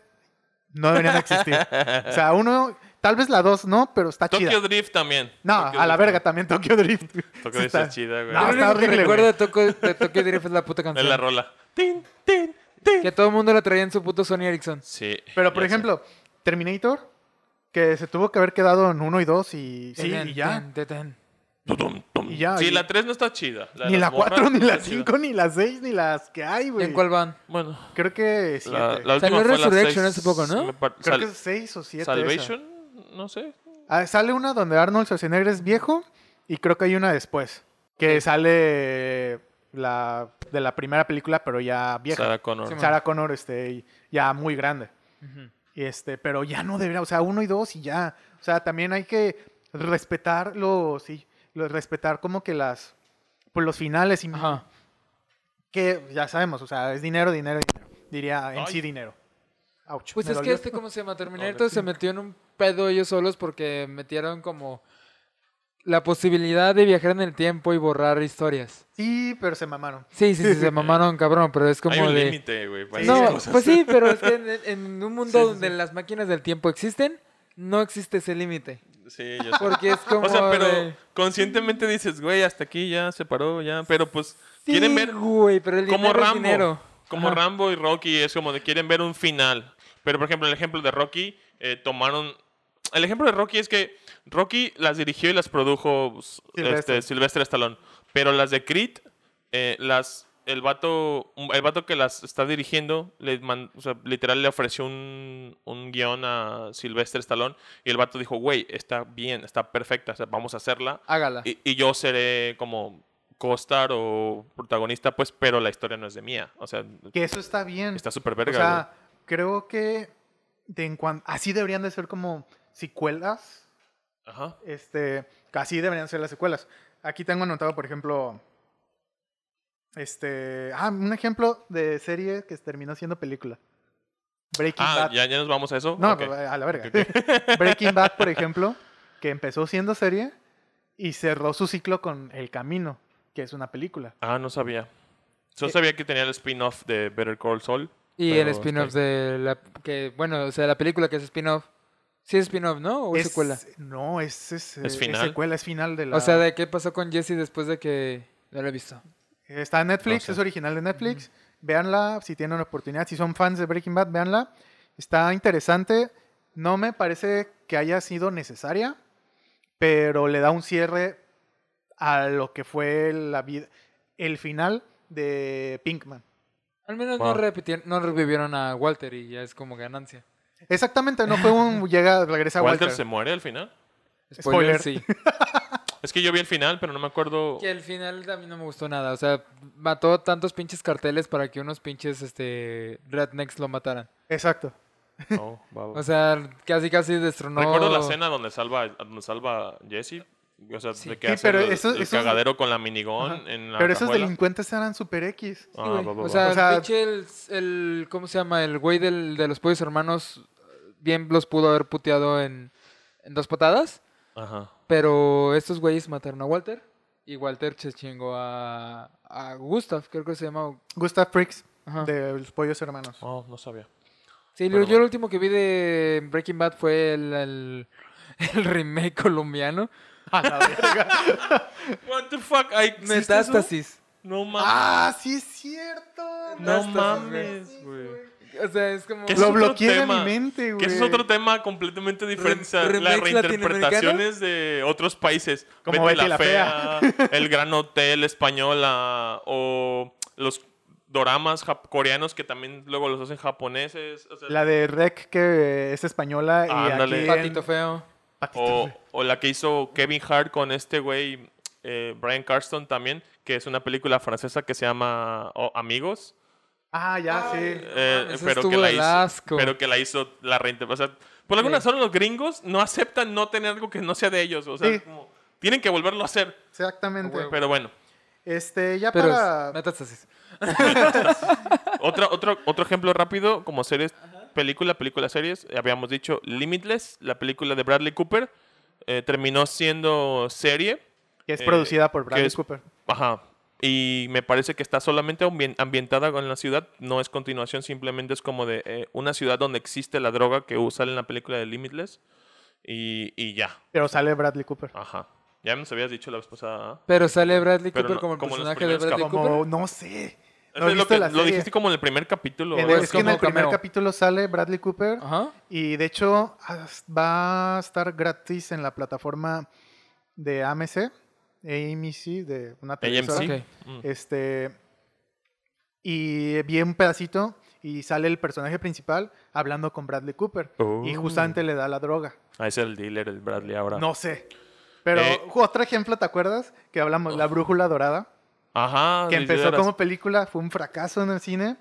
C: no deberían de existir. o sea, uno, tal vez la 2 no, pero está chida.
B: Tokyo Drift también
C: No,
B: Tokyo
C: a la
B: Drift
C: verga
B: también.
C: también Tokyo Drift. Sí
B: Tokyo Drift
C: está.
B: es chida güey
C: No, está
D: Yo lo único que
C: horrible,
D: recuerdo
C: güey.
D: de Tokyo, de Tokyo Drift es la puta
B: es la
D: canción.
B: rola Tin, tin, tin.
D: Que todo el mundo la traía en su puto Sony Ericsson.
B: Sí.
C: Pero por
B: ya sé.
C: ejemplo, Terminator, que se tuvo que haber quedado en 1 y 2 y sí, y ya.
D: Ten, ten, ten.
B: Tudum, tum.
C: Y ya,
B: sí,
C: y-
B: la 3 no está chida. de
C: Ni la
B: las morras
C: 4, ni
B: no
C: la
B: está chida.
C: 5, ni la 6, ni las que hay, güey.
D: ¿En cuál van?
B: Bueno,
C: Creo que
B: la,
C: 7.
B: la última
D: Salió
B: fue la
D: Resurrection
B: 6,
D: hace poco, ¿no?
B: me par-
C: Creo
B: sal-
C: que es 6 o 7.
B: Salvation, no sé.
C: Ah, sale una donde Arnold Schwarzenegger es viejo y creo que hay una después. Que sale la de la primera película, pero ya vieja.
B: Sarah Connor.
D: Sí,
C: Sarah Connor, este, y ya muy grande. Y este, pero ya no debería, o sea, uno y dos y ya. O sea, también hay que respetar los, sí, lo- respetar como que las, pues los finales y
D: Ajá.
C: que ya sabemos, o sea, es dinero, dinero, dinero. Diría en sí
B: Ay.
C: dinero. Ouch,
D: Pues
C: me
D: es que
C: dolió.
D: este, ¿cómo se llama?
B: Joder.
D: Terminator se metió en un pedo ellos solos porque metieron como la posibilidad de viajar en el tiempo y borrar historias.
C: Sí, pero se mamaron.
D: Sí, sí, sí, se mamaron, cabrón, pero es como
B: Hay un
D: de...
B: límite, güey. para esas
D: No,
B: cosas.
D: pues sí, pero es que en, en un mundo
C: Sí, sí,
D: donde las máquinas del tiempo existen, no existe ese límite.
B: Sí, yo sé.
D: Porque es como...
B: O sea, pero
D: de-
B: conscientemente dices, güey, hasta aquí ya se paró, ya. Pero pues,
D: Sí,
B: quieren ver
D: güey, pero el
B: como
D: dinero es
B: Rambo.
D: dinero.
B: Como
D: Ajá.
B: Rambo y Rocky es como de quieren ver un final. Pero por ejemplo, el ejemplo de Rocky eh, tomaron. El ejemplo de Rocky es que Rocky las dirigió y las produjo s-
C: Sylvester.
B: este, Sylvester Stallone. Pero las de Creed, eh, las. El vato, el vato que las está dirigiendo, le man- o sea, literal le ofreció un, un guión a Sylvester Stallone y el vato dijo, güey, está bien, está perfecta, o sea, vamos a hacerla.
D: Hágala.
B: Y, y yo seré como costar o protagonista, pues, pero la historia no es de mía. O sea,
C: Que eso está bien.
B: está súper
C: o
B: verga.
C: sea, creo que de en cuan- así deberían de ser como secuelas
B: güey. Ajá.
C: Este, así deberían ser las secuelas. Aquí tengo anotado, por ejemplo, este, ah, un ejemplo de serie que terminó siendo película. Breaking
B: Ah,
C: Bad.
B: ya, ya nos vamos a eso.
C: No,
B: Ok.
C: a la verga.
B: Ok, ok.
C: Breaking Bad, por ejemplo, que empezó siendo serie y cerró su ciclo con El Camino, que es una película.
B: Ah, no sabía. Yo
C: Eh.
B: sabía que tenía el spin-off de Better Call Saul.
D: Y
B: pero
D: el
B: hasta
D: spin-off
B: ahí.
D: de la que bueno, o sea, la película que es spin-off. Sí es spin-off, ¿no? O es secuela.
C: No, es, es, eh, es
B: final?
C: secuela, es final de la...
D: O sea, de qué pasó con Jesse después de que no lo he visto.
C: Está en Netflix,
B: No sé.
C: es original de Netflix. Véanla si tienen una oportunidad. Si son fans de Breaking Bad, véanla. Está interesante. No me parece que haya sido necesaria, pero le da un cierre a lo que fue la vida, el final de Pinkman.
D: Al menos
B: Wow.
D: no repitieron, no revivieron a Walter y ya es como ganancia.
C: Exactamente, no fue un llega, regresa
B: Walter
C: Walter.
B: se muere al final.
C: Spoiler.
D: sí.
B: Es que yo vi el final, pero no me acuerdo.
D: Que el final a mí no me gustó nada. O sea, mató tantos pinches carteles para que unos pinches este, rednecks lo mataran.
C: Exacto.
B: No, va, va.
D: O sea, casi casi destronó.
B: Recuerdo la escena donde salva, donde salva a Jesse. O sea, de que
C: Sí,
B: hace
C: pero
B: el,
C: eso-
B: el
C: eso-
B: cagadero con la minigón
C: Ajá.
B: en la
C: Pero esos
B: cajuela.
C: delincuentes eran super X.
B: Ah,
D: güey.
B: va, va,
D: o,
B: va.
D: sea,
C: O sea-
D: pinche el, el- ¿Cómo se llama? El güey del, de los pollos hermanos. Bien los pudo haber puteado en, en dos patadas.
B: Ajá.
D: Pero estos güeyes mataron a Walter. Y Walter se chingó a, a Gustav, creo que se llama.
C: Gustav Pricks,
D: Ajá.
C: de los pollos hermanos.
B: Oh, no sabía.
D: Sí,
B: Pero
D: lo- yo
B: bueno.
D: lo último que vi de Breaking Bad fue el, el, el remake colombiano.
B: What the fuck? ¿Hay- existe eso?
D: Metástasis.
B: No mames.
C: ¡Ah, sí es cierto!
B: no
D: metástasis,
B: mames, güey.
D: O sea, es como...
B: ¿Qué es
C: Lo
B: otro
C: bloqueé de
B: tema.
C: mi mente, güey.
B: Que ese es otro tema completamente diferente. o sea,
D: Rem-
B: las
D: ¿remakes
B: reinterpretaciones de otros países.
C: Como Betty la Fea.
B: El Gran Hotel Española. O los doramas jap- coreanos que también luego los hacen japoneses. O sea,
C: La de Rec, que es española. y
B: Ah, Ándale.
C: aquí
B: Oh.
C: en-
D: Patito feo.
C: Patito
B: O,
C: Feo.
B: o la que hizo Kevin Hart con este güey, eh, Brian Carston también, que es una película francesa que se llama oh, Amigos.
C: Ah, ya, sí.
B: eh,
D: mames, Ah,
B: pero, que
D: estuvo
B: la
D: del
B: hizo,
D: asco.
B: pero que la hizo la reinterpretación. por alguna
D: Sí.
B: razón los gringos no aceptan no tener algo que no sea de ellos. O sea,
C: Sí.
B: como, tienen que volverlo a hacer.
C: Exactamente.
D: Huevo.
B: Pero bueno,
C: Este, ya
D: Pero es
C: para.
D: metástasis.
B: otro, otro, otro ejemplo rápido, como series, película, película, series. Habíamos dicho Limitless, la película de Bradley Cooper, eh, terminó siendo serie.
C: Que es
B: eh,
C: producida por
B: que
C: Bradley
B: es-
C: Cooper.
B: Ajá. Y me parece que está solamente ambien- ambientada en la ciudad, no es continuación, simplemente es como de eh, una ciudad donde existe la droga que usa en la película de Limitless. Y, y ya,
C: Pero sale Bradley Cooper.
B: ajá. Ya nos habías dicho la vez pasada. ¿ah?
D: Pero sale Bradley
B: Pero
D: Cooper
B: no-
D: como el
B: como los
D: personaje de
B: primeros
D: Bradley
B: capos.
D: Cooper.
C: Como, no sé. No he
B: Eso es lo,
C: visto
B: que-
C: la
B: lo dijiste
C: serie.
B: como en el primer capítulo.
C: En
B: o
C: el-
B: algo
C: es que en
B: así.
C: el primer
D: cameo.
C: capítulo sale Bradley Cooper.
D: Ajá.
C: Y de hecho as- va a estar gratis en la plataforma de AMC, AMC, de una televisora.
B: AMC.
D: Ok.
B: Mm.
C: Este, y vi un pedacito y sale el personaje principal hablando con Bradley Cooper. Y
B: Oh.
C: justamente le da la droga.
B: Ah, es el dealer, el Bradley ahora.
C: No sé. Pero
B: Eh.
C: otro ejemplo, ¿te acuerdas? Que hablamos, La Brújula Dorada,
B: Ajá.
C: que
B: sí, sí,
C: empezó
B: eras-
C: como película, fue un fracaso en el cine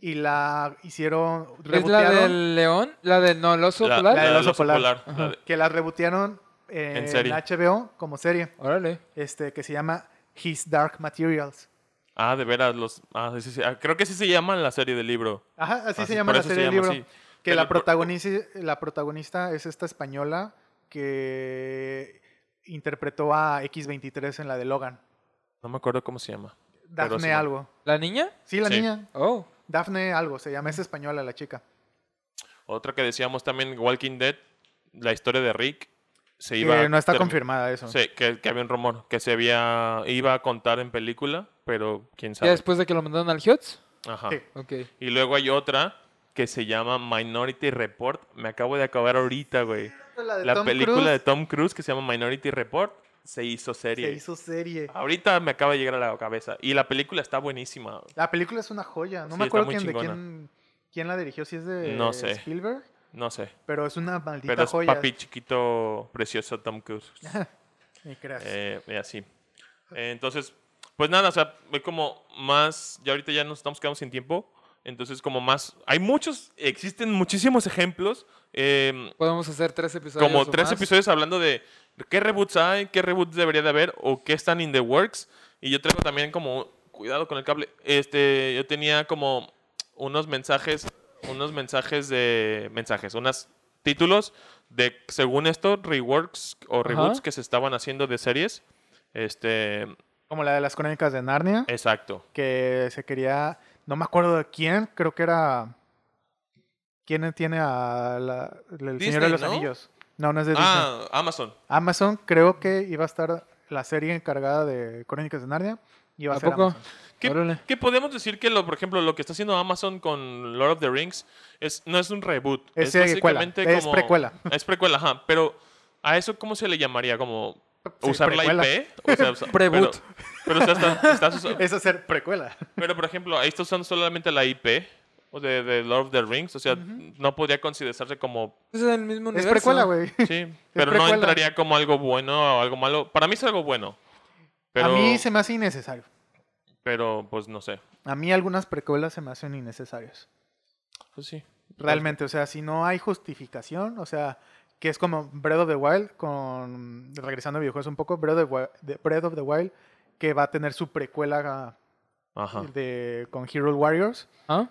C: y la hicieron,
D: ¿Es la
C: rebotearon,
D: del león? ¿La del no, el oso
B: la,
D: polar?
B: la
C: del
B: del
C: oso
B: oso
C: polar.
B: polar.
D: Ajá.
B: la de-
C: que la rebotearon eh,
B: En
C: en,
B: serie.
C: HBO como serie,
D: Órale.
C: este, que se llama His Dark Materials.
B: ah, de veras, los. Ah, sí, sí, sí. Ah, creo que sí se llama en la serie del libro.
C: Ajá, así
B: Ah, sí,
C: se llama
B: por
C: la
B: eso se
C: serie del
B: llama,
C: libro.
B: sí.
C: Que la,
B: Pero por-
C: protagonista, la protagonista es esta española que interpretó a X23 en la de Logan.
B: No me acuerdo cómo se llama. Pero
C: Dafne
B: sí, no.
C: algo.
D: ¿La niña?
C: Sí, la
B: Sí.
C: niña.
D: Oh.
C: Dafne algo, se llama, es española la chica.
B: Otra que decíamos también, Walking Dead, la historia de Rick, se iba...
C: Que no está
B: termi-
C: confirmada eso.
B: Sí, que, que había un rumor, que se había, iba a contar en película, pero quién
D: ¿Ya
B: sabe.
D: después de que lo mandaron al Hiots?
B: Ajá.
C: Sí.
D: Ok.
B: Y luego hay otra que se llama Minority Report. Me acabo de acabar ahorita, güey.
C: La, de
B: La
C: Tom
B: película
C: Cruise
B: de Tom Cruise que se llama Minority Report se hizo serie.
C: se hizo serie.
B: Ahorita me acaba de llegar a la cabeza. Y la película está buenísima.
C: La película es una joya. No
B: Sí,
C: me
B: está
C: acuerdo
B: muy
C: quién, de
B: chingona.
C: quién, quién la dirigió, si es de
B: No sé.
C: Spielberg,
B: No sé.
C: pero es una maldita
B: Pero es
C: joya.
B: papi chiquito, precioso Tom Cruise.
C: Ni creas.
B: Eh, y así. Eh, entonces, pues nada, o sea, hay como más, ya ahorita ya nos estamos quedando sin tiempo, entonces como más, hay muchos, existen muchísimos ejemplos, eh,
D: Podemos hacer tres episodios.
B: como
D: o
B: tres
D: más.
B: episodios hablando de qué reboots hay, qué reboots debería de haber o qué están in the works. Y yo traigo también como, cuidado con el cable, este, yo tenía como unos mensajes, unos mensajes de, mensajes, unos títulos de, según esto, reworks o reboots
D: Ajá.
B: que se estaban haciendo de series. Este,
C: Como la de las crónicas de Narnia,
B: exacto.
C: que se quería... No me acuerdo de quién, creo que era... ¿Quién tiene a la- el
B: Disney,
C: Señor de los
B: ¿no?
C: Anillos? No, no es de Disney.
B: Ah, Amazon.
C: Amazon creo que iba a estar la serie encargada de Crónicas de Narnia. Iba a,
D: ¿A
C: ser
D: poco?
C: Amazon.
B: ¿Qué,
D: Órale.
B: qué podemos decir que, lo, por ejemplo, lo que está haciendo Amazon con Lord of the Rings es, no es un reboot?
C: Es secuela, es precuela.
B: Es precuela, ajá. Pero a eso, ¿cómo se le llamaría? ¿Como
C: Sí,
B: usar
C: precuela.
B: la IP? O sea, usa-
D: Preboot.
B: Pero, pero, o sea, estás- estás usa-
C: Es hacer precuela.
B: pero, por ejemplo, estos son solamente la IP. o de, de Lord of the Rings. O sea,
C: Ujú.
B: no podría considerarse como.
D: Es el mismo
C: Es
D: universo.
C: precuela, güey.
B: Sí, pero no
C: precuela.
B: entraría como algo bueno o algo malo. Para mí es algo bueno. Pero,
C: A mí se me hace innecesario.
B: pero pues no sé.
C: A mí algunas precuelas se me hacen innecesarias.
B: Pues sí.
C: Realmente, o sea, si no hay justificación, o sea, que es como Breath of the Wild, con regresando a videojuegos un poco, Breath of the Wi- de- Breath of the Wild, que va a tener su precuela
B: Ajá.
C: de, con Hero Warriors.
D: ¿Ah?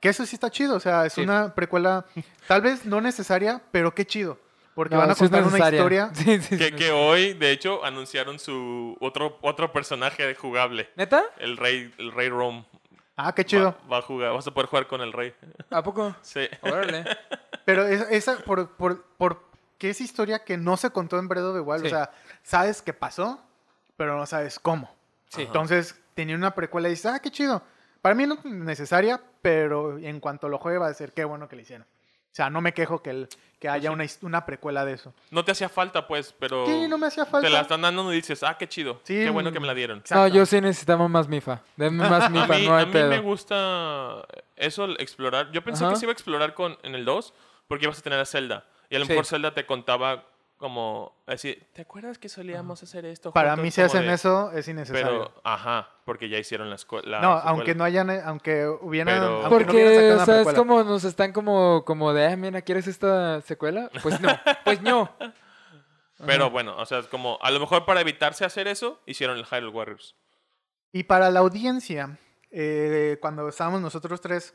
C: Que eso sí está chido, o sea, es
D: Sí.
C: una precuela tal vez no necesaria, pero qué chido. Porque
D: No,
C: van a
D: sí es
C: contar una
D: necesaria.
C: historia.
D: Sí, sí,
B: Que,
D: sí.
B: que hoy, de hecho, anunciaron su otro, otro personaje jugable.
D: ¿Neta?
B: El rey, el rey Rom.
C: Ah, qué chido.
B: Va, va a jugar, vas a poder jugar con el rey.
D: ¿A poco?
B: Sí.
D: Órale.
C: Pero es- esa, por, por, por qué es historia que no se contó en Breath of the Wild,
D: Sí.
C: o sea, sabes qué pasó, pero no sabes cómo.
D: Sí.
C: Entonces, tenía una precuela y dices, ah, qué chido. Para mí no es necesaria, pero en cuanto lo juegue va a decir, qué bueno que le hicieron. O sea, no me quejo que, el, que haya una, his- una precuela de eso.
B: No te hacía falta, pues, pero.
C: Sí, no me hacía falta.
B: Te la están dando y dices, ah, qué chido.
C: Sí,
B: qué bueno
C: mm.
B: que me la dieron.
D: No,
C: Exacto.
D: yo sí necesitaba más MIFA. Denme más
B: A
D: MIFA,
B: mí,
D: no
B: a
D: hay
B: mí
D: pedo.
B: me gusta eso, el explorar. Yo pensé
D: Ajá.
B: que se iba a explorar con, en el 2 porque ibas a tener a Zelda. Y a lo
D: Sí.
B: mejor Zelda te contaba como así, ¿te acuerdas que solíamos hacer esto?
C: Para
B: juntos?"
C: mí si
B: Como
C: hacen
B: de-
C: eso es
B: Pero,
C: innecesario.
B: ajá, porque ya hicieron las cosas.
C: no, aunque no hayan, aunque hubieran...
B: Pero-
C: aunque no hubieran
D: Porque,
C: sacado una
D: o sea, es
C: precuela.
D: como nos están como, como de, ah, mira, ¿quieres esta secuela? Pues no, pues no.
B: Pero bueno, o sea, es como, a lo mejor para evitarse hacer eso, hicieron el Hyrule Warriors.
C: Y para la audiencia, eh, cuando estábamos nosotros tres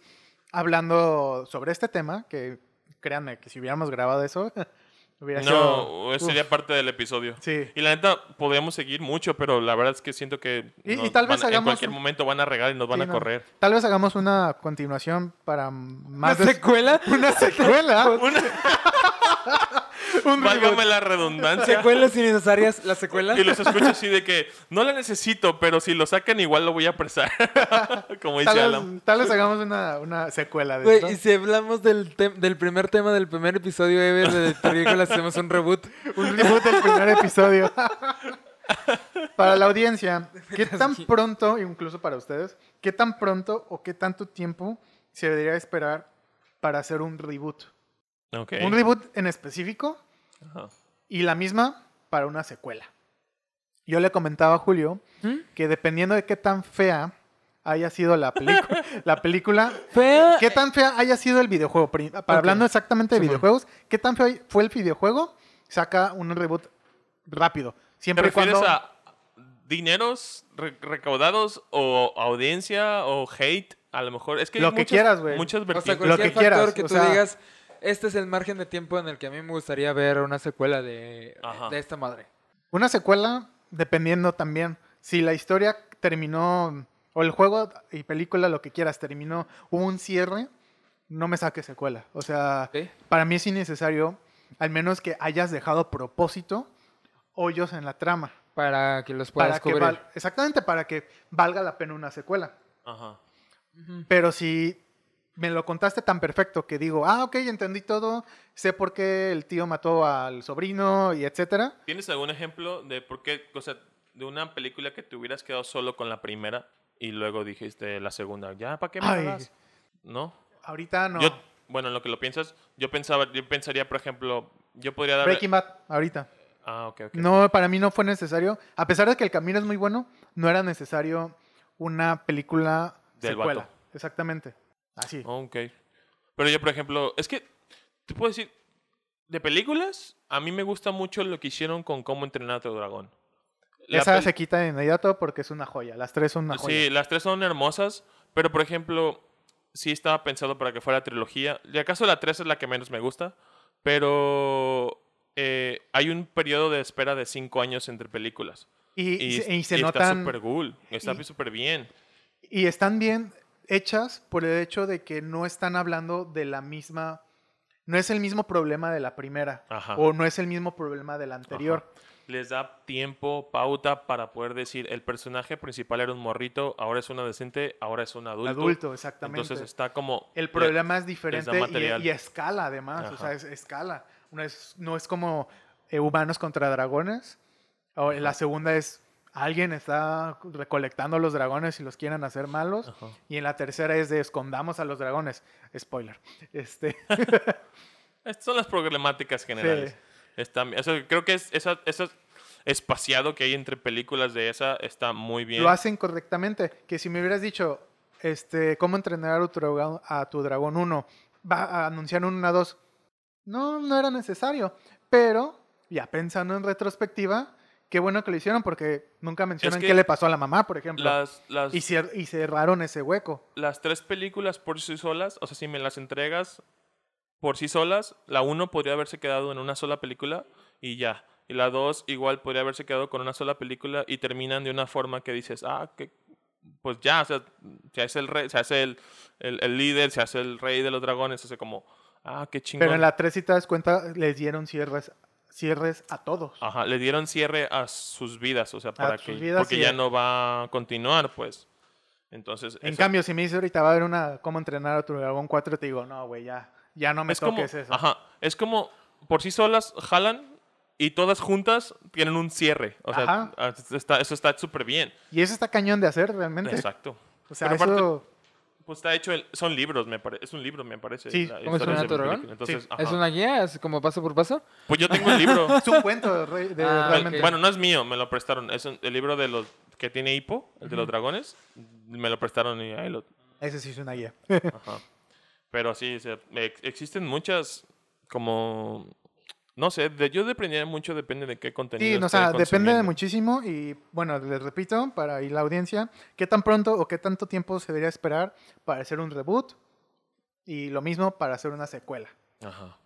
C: hablando sobre este tema, que créanme que si hubiéramos grabado eso, hubiera sido...
B: No, eso sería parte del episodio.
C: Sí.
B: Y la neta, podríamos seguir mucho, pero la verdad es que siento que
C: Y-
B: nos
C: y tal vez
B: van- en
C: hagamos
B: cualquier
C: un-
B: momento van a regar y nos van
C: Sí,
B: a
C: no.
B: correr.
C: Tal vez hagamos una continuación para
D: ¿Más
C: más de-
D: secuela?
C: una secuela, un
B: Válgame
C: reboot.
B: la redundancia.
D: ¿Secuelas innecesarias? ¿La secuela?
B: Y los escucho así de que no la necesito, pero si lo sacan igual lo voy a apresar. Como dice
C: Tal
B: Alan.
C: vez, tal vez hagamos una, una secuela de
D: Güey,
C: esto.
D: y si hablamos del, tem- del primer tema del primer episodio ever de películas, hacemos un reboot.
C: Un reboot del primer episodio. para la audiencia, ¿qué tan pronto, incluso para ustedes, qué tan pronto o qué tanto tiempo se debería esperar para hacer un reboot?
B: Ok.
C: Un reboot en específico
B: Ajá.
C: y la misma para una secuela. Yo le comentaba a Julio
D: ¿Mm?
C: que dependiendo de qué tan fea haya sido la, película la película,
D: Fea.
C: qué tan fea haya sido el videojuego. Pri- Para hablando exactamente de
D: Simón.
C: videojuegos, qué tan feo fue el videojuego, saca un reboot rápido.
B: ¿Te
C: Siempre y
B: refieres
C: cuando
B: a dineros re- recaudados o audiencia o hate? A lo mejor. Es que hay
C: Lo que
B: muchas-
C: quieras, güey.
B: Muchas
D: O sea,
B: vertientes.
D: cualquier
C: que quieras,
D: factor que
C: o
D: tú
C: sea-
D: digas, este es el margen de tiempo en el que a mí me gustaría ver una secuela de,
B: Ajá.
D: de esta madre.
C: una secuela, dependiendo también si la historia terminó o el juego y película lo que quieras terminó, hubo un cierre, no me saques secuela. O sea,
D: ¿Sí?
C: para mí es innecesario, al menos que hayas dejado propósito hoyos en la trama.
D: Para que los
C: Para
D: puedas
C: que
D: cubrir.
C: val- exactamente, para que valga la pena una secuela.
B: Ajá.
D: Ujú.
C: Pero si me lo contaste tan perfecto que digo, ah, ok, entendí todo, sé por qué el tío mató al sobrino y etcétera.
B: ¿Tienes algún ejemplo de por qué, o sea, de una película que te hubieras quedado solo con la primera y luego dijiste la segunda? ¿Ya? ¿Para qué me
C: Ay.
B: pagas? ¿No?
C: Ahorita no.
B: Yo, bueno, en lo que lo piensas, yo pensaba, yo pensaría, por ejemplo, yo podría dar.
C: Breaking Bad, ahorita.
B: Ah, ok, ok.
C: No, para mí no fue necesario. A pesar de que el camino es muy bueno, no era necesario una película
B: Del
C: secuela.
B: vato.
C: Exactamente. Así.
B: Oh, Ok. Pero yo, por ejemplo, es que te puedo decir, de películas, a mí me gusta mucho lo que hicieron con cómo entrenar a tu dragón. La
C: Esa
B: pel-
C: se quita de inmediato porque es una joya. Las tres son una joya.
B: Sí, las tres son hermosas, pero por ejemplo, sí estaba pensado para que fuera trilogía. De acaso la 3 es la que menos me gusta, pero eh, hay un periodo de espera de 5 años entre películas.
C: y,
B: Y,
C: se- y se
B: y está
C: notan.
B: súper cool, está
C: y-
B: súper bien.
C: Y están bien hechas por el hecho de que no están hablando de la misma. No es el mismo problema de la primera.
B: Ajá.
C: O no es el mismo problema de la anterior.
B: Ajá. Les da tiempo, pauta para poder decir, el personaje principal era un morrito, ahora es un adolescente, ahora es un adulto.
C: Adulto, exactamente.
B: Entonces está como...
C: El problema es diferente
B: material.
C: y, y escala además, o sea,
B: Ajá.
C: es escala. No es, no es como eh, humanos contra dragones. O la eh, segunda es alguien está recolectando los dragones y los quieren hacer malos.
B: Ajá.
C: Y en la tercera es de escondamos a los dragones. Spoiler. Este,
B: Estas son las problemáticas generales.
C: Sí.
B: Está- eso, creo que es, esa, esa espaciado que hay entre películas de esa está muy bien.
C: lo hacen correctamente. Que si me hubieras dicho, este, ¿cómo entrenar a tu dragón, a tu dragón 1? Va a anunciar una 2. No, no era necesario. Pero, ya pensando en retrospectiva, qué bueno que lo hicieron porque nunca mencionan
B: que
C: qué le pasó a la mamá, por ejemplo.
B: Las, las,
C: Y, cier- y cerraron ese hueco.
B: las tres películas por sí solas, o sea, si me las entregas por sí solas, la uno podría haberse quedado en una sola película y ya. Y la dos igual podría haberse quedado con una sola película y terminan de una forma que dices, ah, que pues ya, o sea, se hace el rey, se hace el, el- el líder, se hace el rey de los dragones, o sea, como, ah, qué chingón.
C: Pero en la 3, si te das cuenta, les dieron cierres, cierres a todos.
B: Ajá, le dieron cierre a sus vidas, o sea, para que
C: sus vidas
B: porque
C: y
B: ya
C: a-
B: no va a continuar, pues. Entonces,
C: En
B: eso-
C: cambio, si me dice ahorita va a haber una cómo entrenar a tu dragón 4, te digo, no, güey, ya, ya no me
B: es como,
C: toques eso.
B: ajá, es como por sí solas jalan y todas juntas tienen un cierre, o sea,
C: Ajá.
B: ah, está- eso está súper bien.
C: Y eso está cañón de hacer realmente.
B: Exacto.
C: O sea,
B: Pero aparte,
C: eso
B: Pues está hecho, el- son libros, me parece, es un libro, me parece.
C: Sí,
B: la
D: ¿cómo se
B: historia
D: llama
B: de
D: tu dragón?
B: película. Entonces,
C: Sí,
B: ajá.
D: ¿Es una guía? ¿Es como paso por paso?
B: Pues yo tengo el libro.
C: es un cuento de re- de-
D: Ah,
C: realmente.
D: ok.
B: Bueno, no es mío, me lo prestaron. Es un- el libro de los que tiene hipo, el de los dragones, me lo prestaron y ahí lo,
C: Ese sí es una guía.
B: Ajá. Pero sí, o sea, ex- existen muchas como no sé, de- yo dependía mucho depende de qué contenido.
C: Sí, no, o
B: esté
C: sea, depende de
B: consumiendo.
C: muchísimo y bueno, les repito, para ir la audiencia, qué tan pronto o qué tanto tiempo se debería esperar para hacer un reboot y lo mismo para hacer una secuela.
B: Ajá.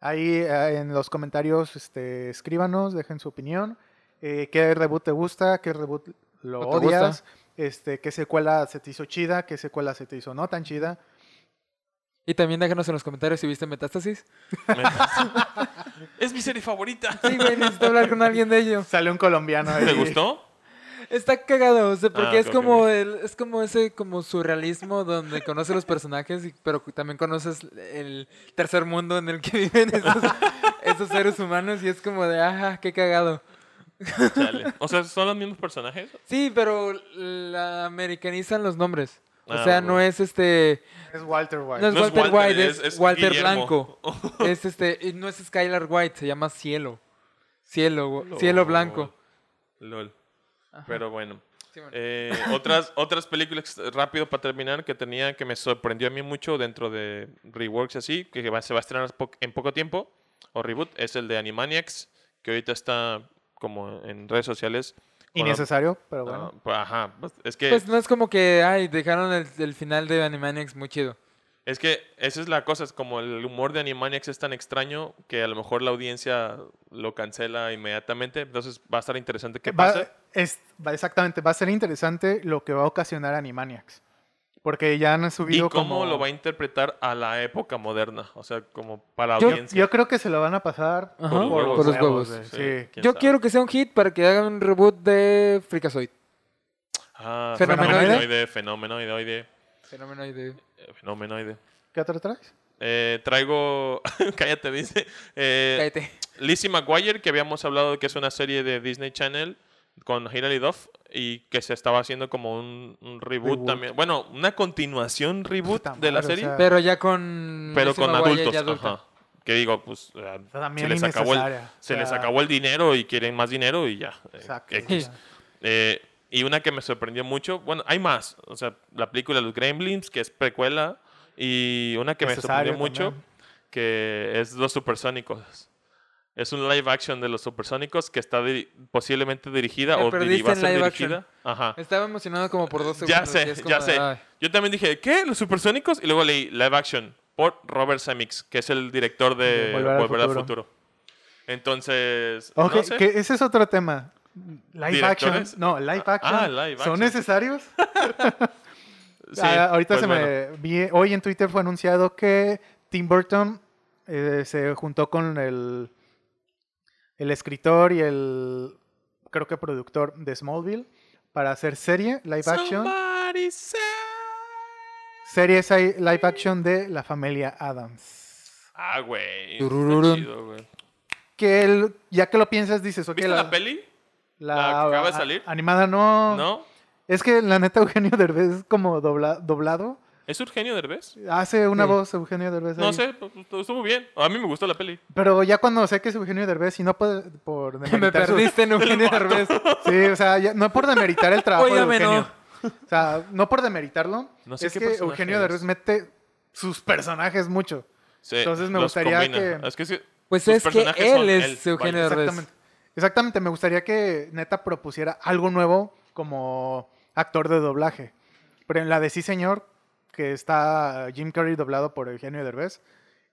C: Ahí eh, en los comentarios este, escríbanos, dejen su opinión. eh, ¿Qué reboot te gusta? ¿Qué reboot lo
D: ¿No te gusta?
C: odias? Este, ¿Qué secuela se te hizo chida? ¿Qué secuela se te hizo no tan chida?
D: Y también déjanos en los comentarios si viste Metástasis.
B: es mi serie favorita.
D: Sí, güey, necesito hablar con alguien de ello.
C: Sale un colombiano.
B: ¿Te
C: ahí.
B: gustó?
D: Está cagado, o sea, porque
B: Ah,
D: es
B: ok,
D: como
B: ok.
D: el, es como ese como surrealismo donde conoces los personajes, y- pero también conoces el tercer mundo en el que viven esos, esos seres humanos y es como de, ajá, qué cagado.
B: Chale. O sea, son los mismos personajes.
D: Sí, pero la americanizan los nombres. O
B: Ah,
D: sea,
B: bueno.
D: no es este,
C: Es Walter White.
D: no es Walter, White, es, Walter
B: Guillermo. Oh,
D: Blanco. es este, y no es Skylar White, se llama Cielo. Cielo, güey, Cielo Blanco.
B: Lol.
D: Ajá.
B: Pero bueno.
D: Sí, bueno.
B: Eh, otras, otras películas, rápido para terminar, que tenía que me sorprendió a mí mucho dentro de Reworks así, que va- se va a estrenar po- en poco tiempo, o Reboot, es el de Animaniacs, que ahorita está como en redes sociales. con la-
C: Innecesario, pero
B: Ah,
C: bueno.
B: pues, ajá, pues, es que,
D: Pues no es como que, ay, dejaron el, el final de Animaniacs muy chido.
B: es que esa es la cosa, es como el humor de Animaniacs es tan extraño que a lo mejor la audiencia lo cancela inmediatamente, entonces va a estar interesante qué
C: Va-
B: pasa.
C: es- va- exactamente, va a ser interesante lo que va a ocasionar Animaniacs. Porque ya han
B: Y
C: subido
B: cómo
C: como...
B: lo va a interpretar a la época moderna, o sea, como para
D: Yo-
C: yo,
B: audiencia.
C: yo creo que se lo van a pasar
D: Ajá,
B: por los huevos.
D: por los huevos.
C: eh,
B: Sí,
C: sí.
B: quién
D: Yo
B: sabe.
D: quiero que sea un hit para que hagan un reboot de Freakazoid.
B: Ah,
D: Fenomenoide.
B: fenomenoide, fenomenoide, oide,
D: Fenomenoide.
B: eh, fenomenoide.
C: ¿Qué otro traes?
B: Eh, traigo, cállate, dice. Eh,
D: Cállate.
B: Lizzie McGuire, que habíamos hablado de que es una serie de Disney Channel con Hilary Duff y que se estaba haciendo como un, un reboot,
C: Reboot.
B: también. Bueno, una continuación reboot
C: Puta
B: de la
C: madre, o
B: serie,
C: sea,
D: Pero ya con.
B: ah. pero
D: Lizzie
B: con
D: McGuire
B: adultos.
D: ya adulta.
B: ajá. Que digo, pues eh, se,
C: También
B: les acabó el,
C: innecesaria,
B: se
C: o
B: les
C: sea.
B: acabó el dinero y quieren más dinero y ya. eh,
C: Exacto.
B: X.
C: o sea.
B: Eh, y una que me sorprendió mucho, bueno, hay más, o sea, la película Los Gremlins, que es precuela, y una que me
C: Necesario
B: sorprendió mucho,
C: también.
B: que es Los Supersónicos. Es un live action de Los Supersónicos que está diri- posiblemente dirigida
D: Me
B: o diri- va
D: perdiste
B: a
D: en
B: ser
D: live
B: dirigida. Ajá.
D: Estaba emocionado como por dos segundos.
B: Ya
D: y
B: sé,
D: es como
B: ya
D: de,
B: sé.
D: ay.
B: Yo también dije, ¿qué? ¿Los Supersónicos? Y luego leí live action por Robert Zemeckis, que es el director de Volver al, futuro. Entonces,
C: Ok,
B: no sé.
C: que ese es otro tema. Live
B: ¿Directores?
C: action. No, live
B: Ah,
C: action.
B: ah, live action.
C: ¿Son necesarios?
B: Sí,
C: Ah, ahorita
B: pues
C: se
B: bueno.
C: me vi- hoy en Twitter fue anunciado que Tim Burton eh, se juntó con el el escritor y el creo que productor de Smallville para hacer serie live action,
B: Somebody say-
C: serie si- live action de la familia Adams.
B: Ah, güey. está
D: Turururun.
B: chido, güey.
C: Que él, ya que lo piensas dices, ok,
B: ¿Viste la, peli? ¿La que acaba de salir?
C: a- Animada no.
B: ¿No?
C: Es que la neta Eugenio Derbez es como dobla- doblado.
B: ¿Es Eugenio Derbez?
C: Hace una
D: Sí.
C: voz Eugenio Derbez.
B: No
C: ahí.
B: sé, pues, estuvo bien. A mí me gustó la peli.
C: Pero ya cuando sé que es Eugenio Derbez y no por, por
D: Me
C: demeritar su-
D: perdiste en Eugenio Derbez.
C: Sí, o sea, ya- no por demeritar el trabajo
D: Óigame,
C: de Eugenio.
D: no.
C: O sea, no por demeritarlo.
B: No sé
C: es
B: qué
C: que
B: personaje
C: Eugenio
B: es.
C: Derbez mete sus personajes mucho.
B: Sí,
C: Entonces me
B: los
C: gustaría
B: combina.
C: que-
B: Es que sí,
D: Pues
B: sus
D: es que
B: personajes
D: él
B: son
D: es
B: vaya.
D: Eugenio Derbez.
C: Exactamente. Exactamente, me gustaría que neta propusiera algo nuevo como actor de doblaje. Pero en la de Sí Señor, que está Jim Carrey doblado por Eugenio Derbez,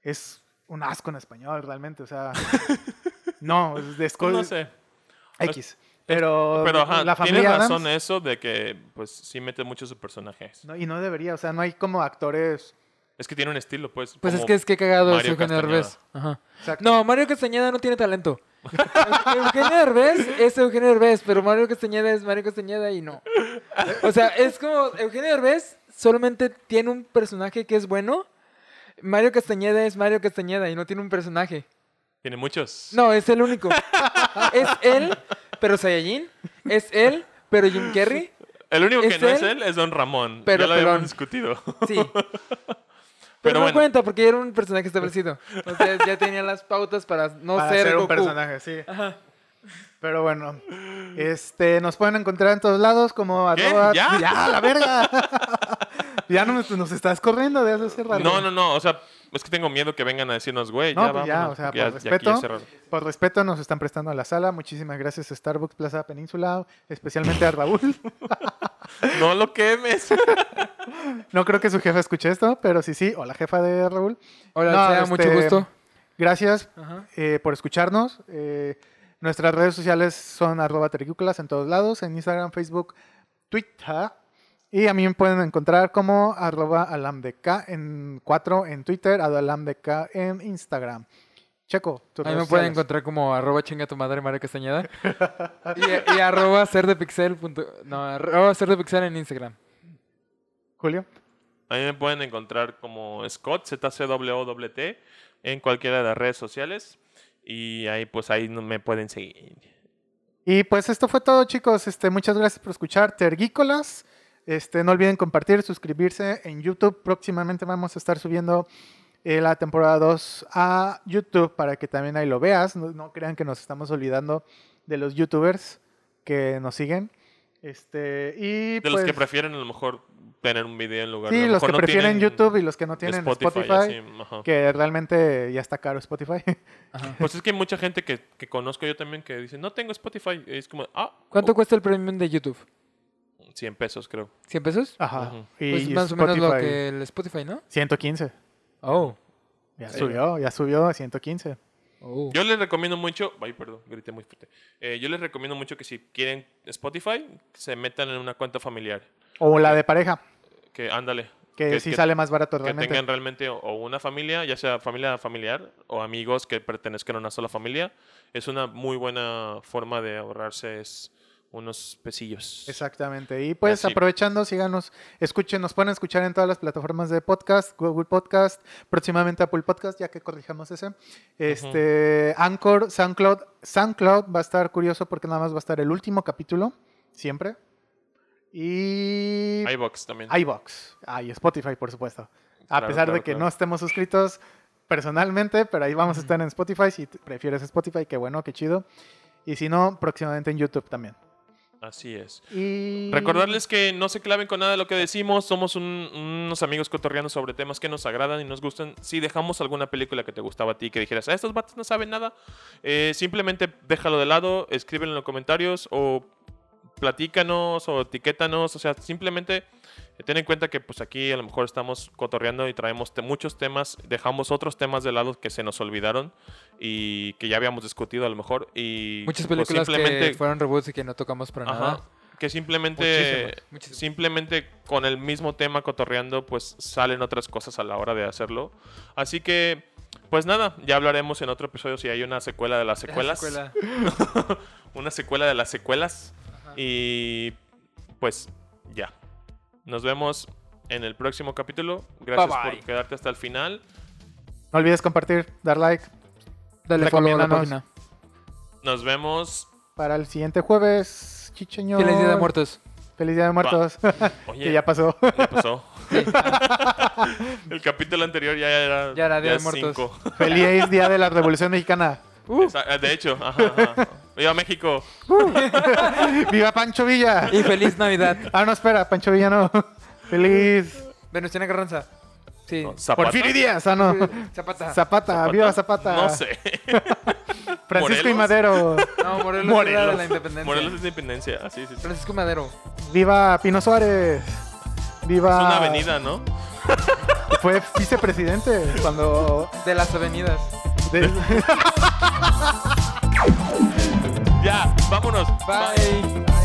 C: es un asco en español realmente, o sea... no, es de
B: No sé.
C: X. Pero,
B: Pero ajá,
C: la familia
B: tienes
C: Addams,
B: razón eh. eso de que pues sí mete mucho sus personajes.
C: no, y no debería, o sea, no hay como actores...
B: Es que tiene un estilo, pues.
D: Pues es
B: como-
D: que es que cagado es
B: Mario
D: Eugenio
B: Castañeda.
D: Derbez. Ajá.
C: exacto.
D: No, Mario Castañeda no tiene talento. Eugenio Derbez es Eugenio Derbez, pero Mario Castañeda es Mario Castañeda y no. O sea, es como Eugenio Derbez solamente tiene un personaje que es bueno. Mario Castañeda es Mario Castañeda y no tiene un personaje.
B: Tiene muchos.
D: No, es el único. Es él, pero Saiyajin. Es él, pero Jim Carrey.
B: El único que
D: ¿Es
B: no es
D: él?
B: él es Don Ramón.
D: Pero
B: ya lo habíamos
D: pelón.
B: discutido.
D: Sí. Pero,
B: Pero
D: no
B: bueno.
D: cuenta porque era un personaje establecido. Entonces ya tenía las pautas para no
C: para
D: ser,
C: ser un
D: Goku.
C: personaje, sí. Pero bueno, este, nos pueden encontrar en todos lados como
B: ¿Qué?
C: arroba-
B: ¿Ya?
C: la verga. ya nos, nos estás corriendo desde hace rato.
B: No, no, no. O sea, es que tengo miedo que vengan a decirnos, güey,
C: No,
B: ya
C: pues
B: vamos.
C: ya, o sea, por
B: aquí ya
C: respeto.
B: cerraron.
C: Por respeto nos están prestando la sala. Muchísimas gracias Starbucks Plaza Península, especialmente a Raúl.
B: No lo quemes.
C: No creo que su jefa escuche esto, pero sí, sí. Hola jefa de Raúl.
D: Hola,
C: No,
D: sea,
C: este,
D: mucho gusto.
C: Gracias
D: Ajá.
C: eh, por escucharnos. Eh, nuestras redes sociales son arroba terrícolas en todos lados, en Instagram, Facebook, Twitter. Y a mí me pueden encontrar como arroba alamdk en 4 en Twitter, alamdk en Instagram. Checo, tus
D: Ahí
C: redes
D: me pueden
C: sociales.
D: encontrar como arroba chinga tu madre Mario Castañeda. y, y arroba ser de pixel. punto- no, arroba ser de pixel en Instagram.
C: Julio.
B: A mí me pueden encontrar como Scott, ZCWT, en cualquiera de las redes sociales. Y ahí, pues, ahí no- me pueden seguir.
C: Y pues esto fue todo, chicos. Este, muchas gracias por escuchar Tergícolas. Este, no olviden compartir, suscribirse en YouTube. Próximamente vamos a estar subiendo eh, la temporada 2 a YouTube para que también ahí lo veas. No, no crean que nos estamos olvidando de los YouTubers que nos siguen. Este, y
B: De los que
C: pues,
B: prefieren, a lo mejor, tener un video en lugar de. a
C: Sí,
B: lo
C: los que
B: mejor no
C: prefieren
B: tienen
C: YouTube y los que no tienen Spotify,
B: así, ajá.
C: que realmente ya está caro Spotify.
D: Ajá.
B: Pues es que hay mucha gente que, que conozco yo también que dice, no tengo Spotify. Y es como, ah,
D: ¿Cuánto
B: oh,
D: cuesta el premium de YouTube?
B: 100 pesos, creo.
D: ¿100 pesos?
C: Ajá.
B: Ujú.
C: Ah, Y
D: Pues más o menos
C: Spotify,
D: lo que el Spotify, ¿no?
C: 115.
D: Oh.
C: Ya
D: Sí.
C: subió, ya subió a 115.
D: oh.
B: Yo les recomiendo mucho, ay, perdón, grité muy fuerte. Eh, yo les recomiendo mucho que si quieren Spotify, se metan en una cuenta familiar.
C: O la de pareja.
B: Que ándale.
C: que, sí sale más barato
B: que
C: realmente.
B: tengan realmente o- o una familia, ya sea familia familiar o amigos que pertenezcan a una sola familia. Es una muy buena forma de ahorrarse es unos pesillos.
C: Exactamente. Y pues
B: así.
C: aprovechando, síganos, escuchen, nos pueden escuchar en todas las plataformas de podcast, Google Podcast, próximamente Apple Podcast, ya que corrijamos ese. Este, Anchor, SoundCloud, SoundCloud va a estar curioso porque nada más va a estar el último capítulo, siempre. Y
B: iBox también.
C: iBox, ah, y Spotify, por supuesto. A
B: Claro,
C: pesar de
B: claro,
C: que
B: claro.
C: no estemos suscritos personalmente, pero ahí vamos a estar en Spotify. Si t- prefieres Spotify, qué bueno, qué chido. Y si no, próximamente en YouTube también.
B: Así es.
C: Y...
B: Recordarles que no se claven con nada de lo que decimos. Somos un- unos amigos cotorreando sobre temas que nos agradan y nos gustan. Si dejamos alguna película que te gustaba a ti, que dijeras, "Ah, estos vatos no saben nada, eh, simplemente déjalo de lado, escríbelo en los comentarios o platícanos o etiquétanos. O sea, simplemente eh, ten en cuenta que pues aquí a lo mejor estamos cotorreando y traemos te- muchos temas, dejamos otros temas de lado que se nos olvidaron y que ya habíamos discutido a lo mejor. Y
D: Muchas
B: pues,
D: películas que fueron reboots y que no tocamos para
B: Ajá.
D: nada.
B: Que simplemente,
D: Muchísimas, muchísimas.
B: simplemente con el mismo tema cotorreando, pues salen otras cosas a la hora de hacerlo. Así que, pues nada, ya hablaremos en otro episodio si hay una secuela de las
D: La
B: secuelas.
D: secuela.
B: Una secuela de las secuelas. Y pues ya. Nos vemos en el próximo capítulo. Gracias
D: Bye, bye.
B: por quedarte hasta el final.
C: No olvides compartir, dar like.
D: Dale follow a la
C: Recomiéndanos.
D: página.
B: Nos vemos
C: para el siguiente jueves, chicheño.
D: Feliz Día de Muertos.
C: Feliz Día de Muertos.
B: Oye,
C: que ya pasó.
B: ya pasó. El capítulo anterior ya era.
D: Ya era Día de
B: es
D: Muertos.
B: cinco.
C: Feliz Día de la Revolución Mexicana.
D: Uh,
B: Esa- ah, De hecho, ajá, ajá. Viva México.
C: ¡Viva Pancho Villa!
D: y feliz Navidad.
C: Ah, no, espera, Pancho Villa no. Feliz.
D: Venustiano Carranza. Sí.
B: No, Zapata.
C: Porfirio Díaz, ah, no.
D: Zapata.
C: Zapata, viva Zapata.
B: No sé.
C: Francisco y
B: Morelos.
C: Madero.
D: no, Morelos,
C: Morelos.
D: era de la independencia.
B: Morelos es de independencia. Ah, sí, sí, sí. Es
D: Francisco Madero.
C: Viva Pino Suárez. Viva.
D: Ah.
B: una avenida, ¿no?
C: Fue vicepresidente cuando.
D: De las avenidas.
C: de-
B: Ya, vámonos.
D: Bye.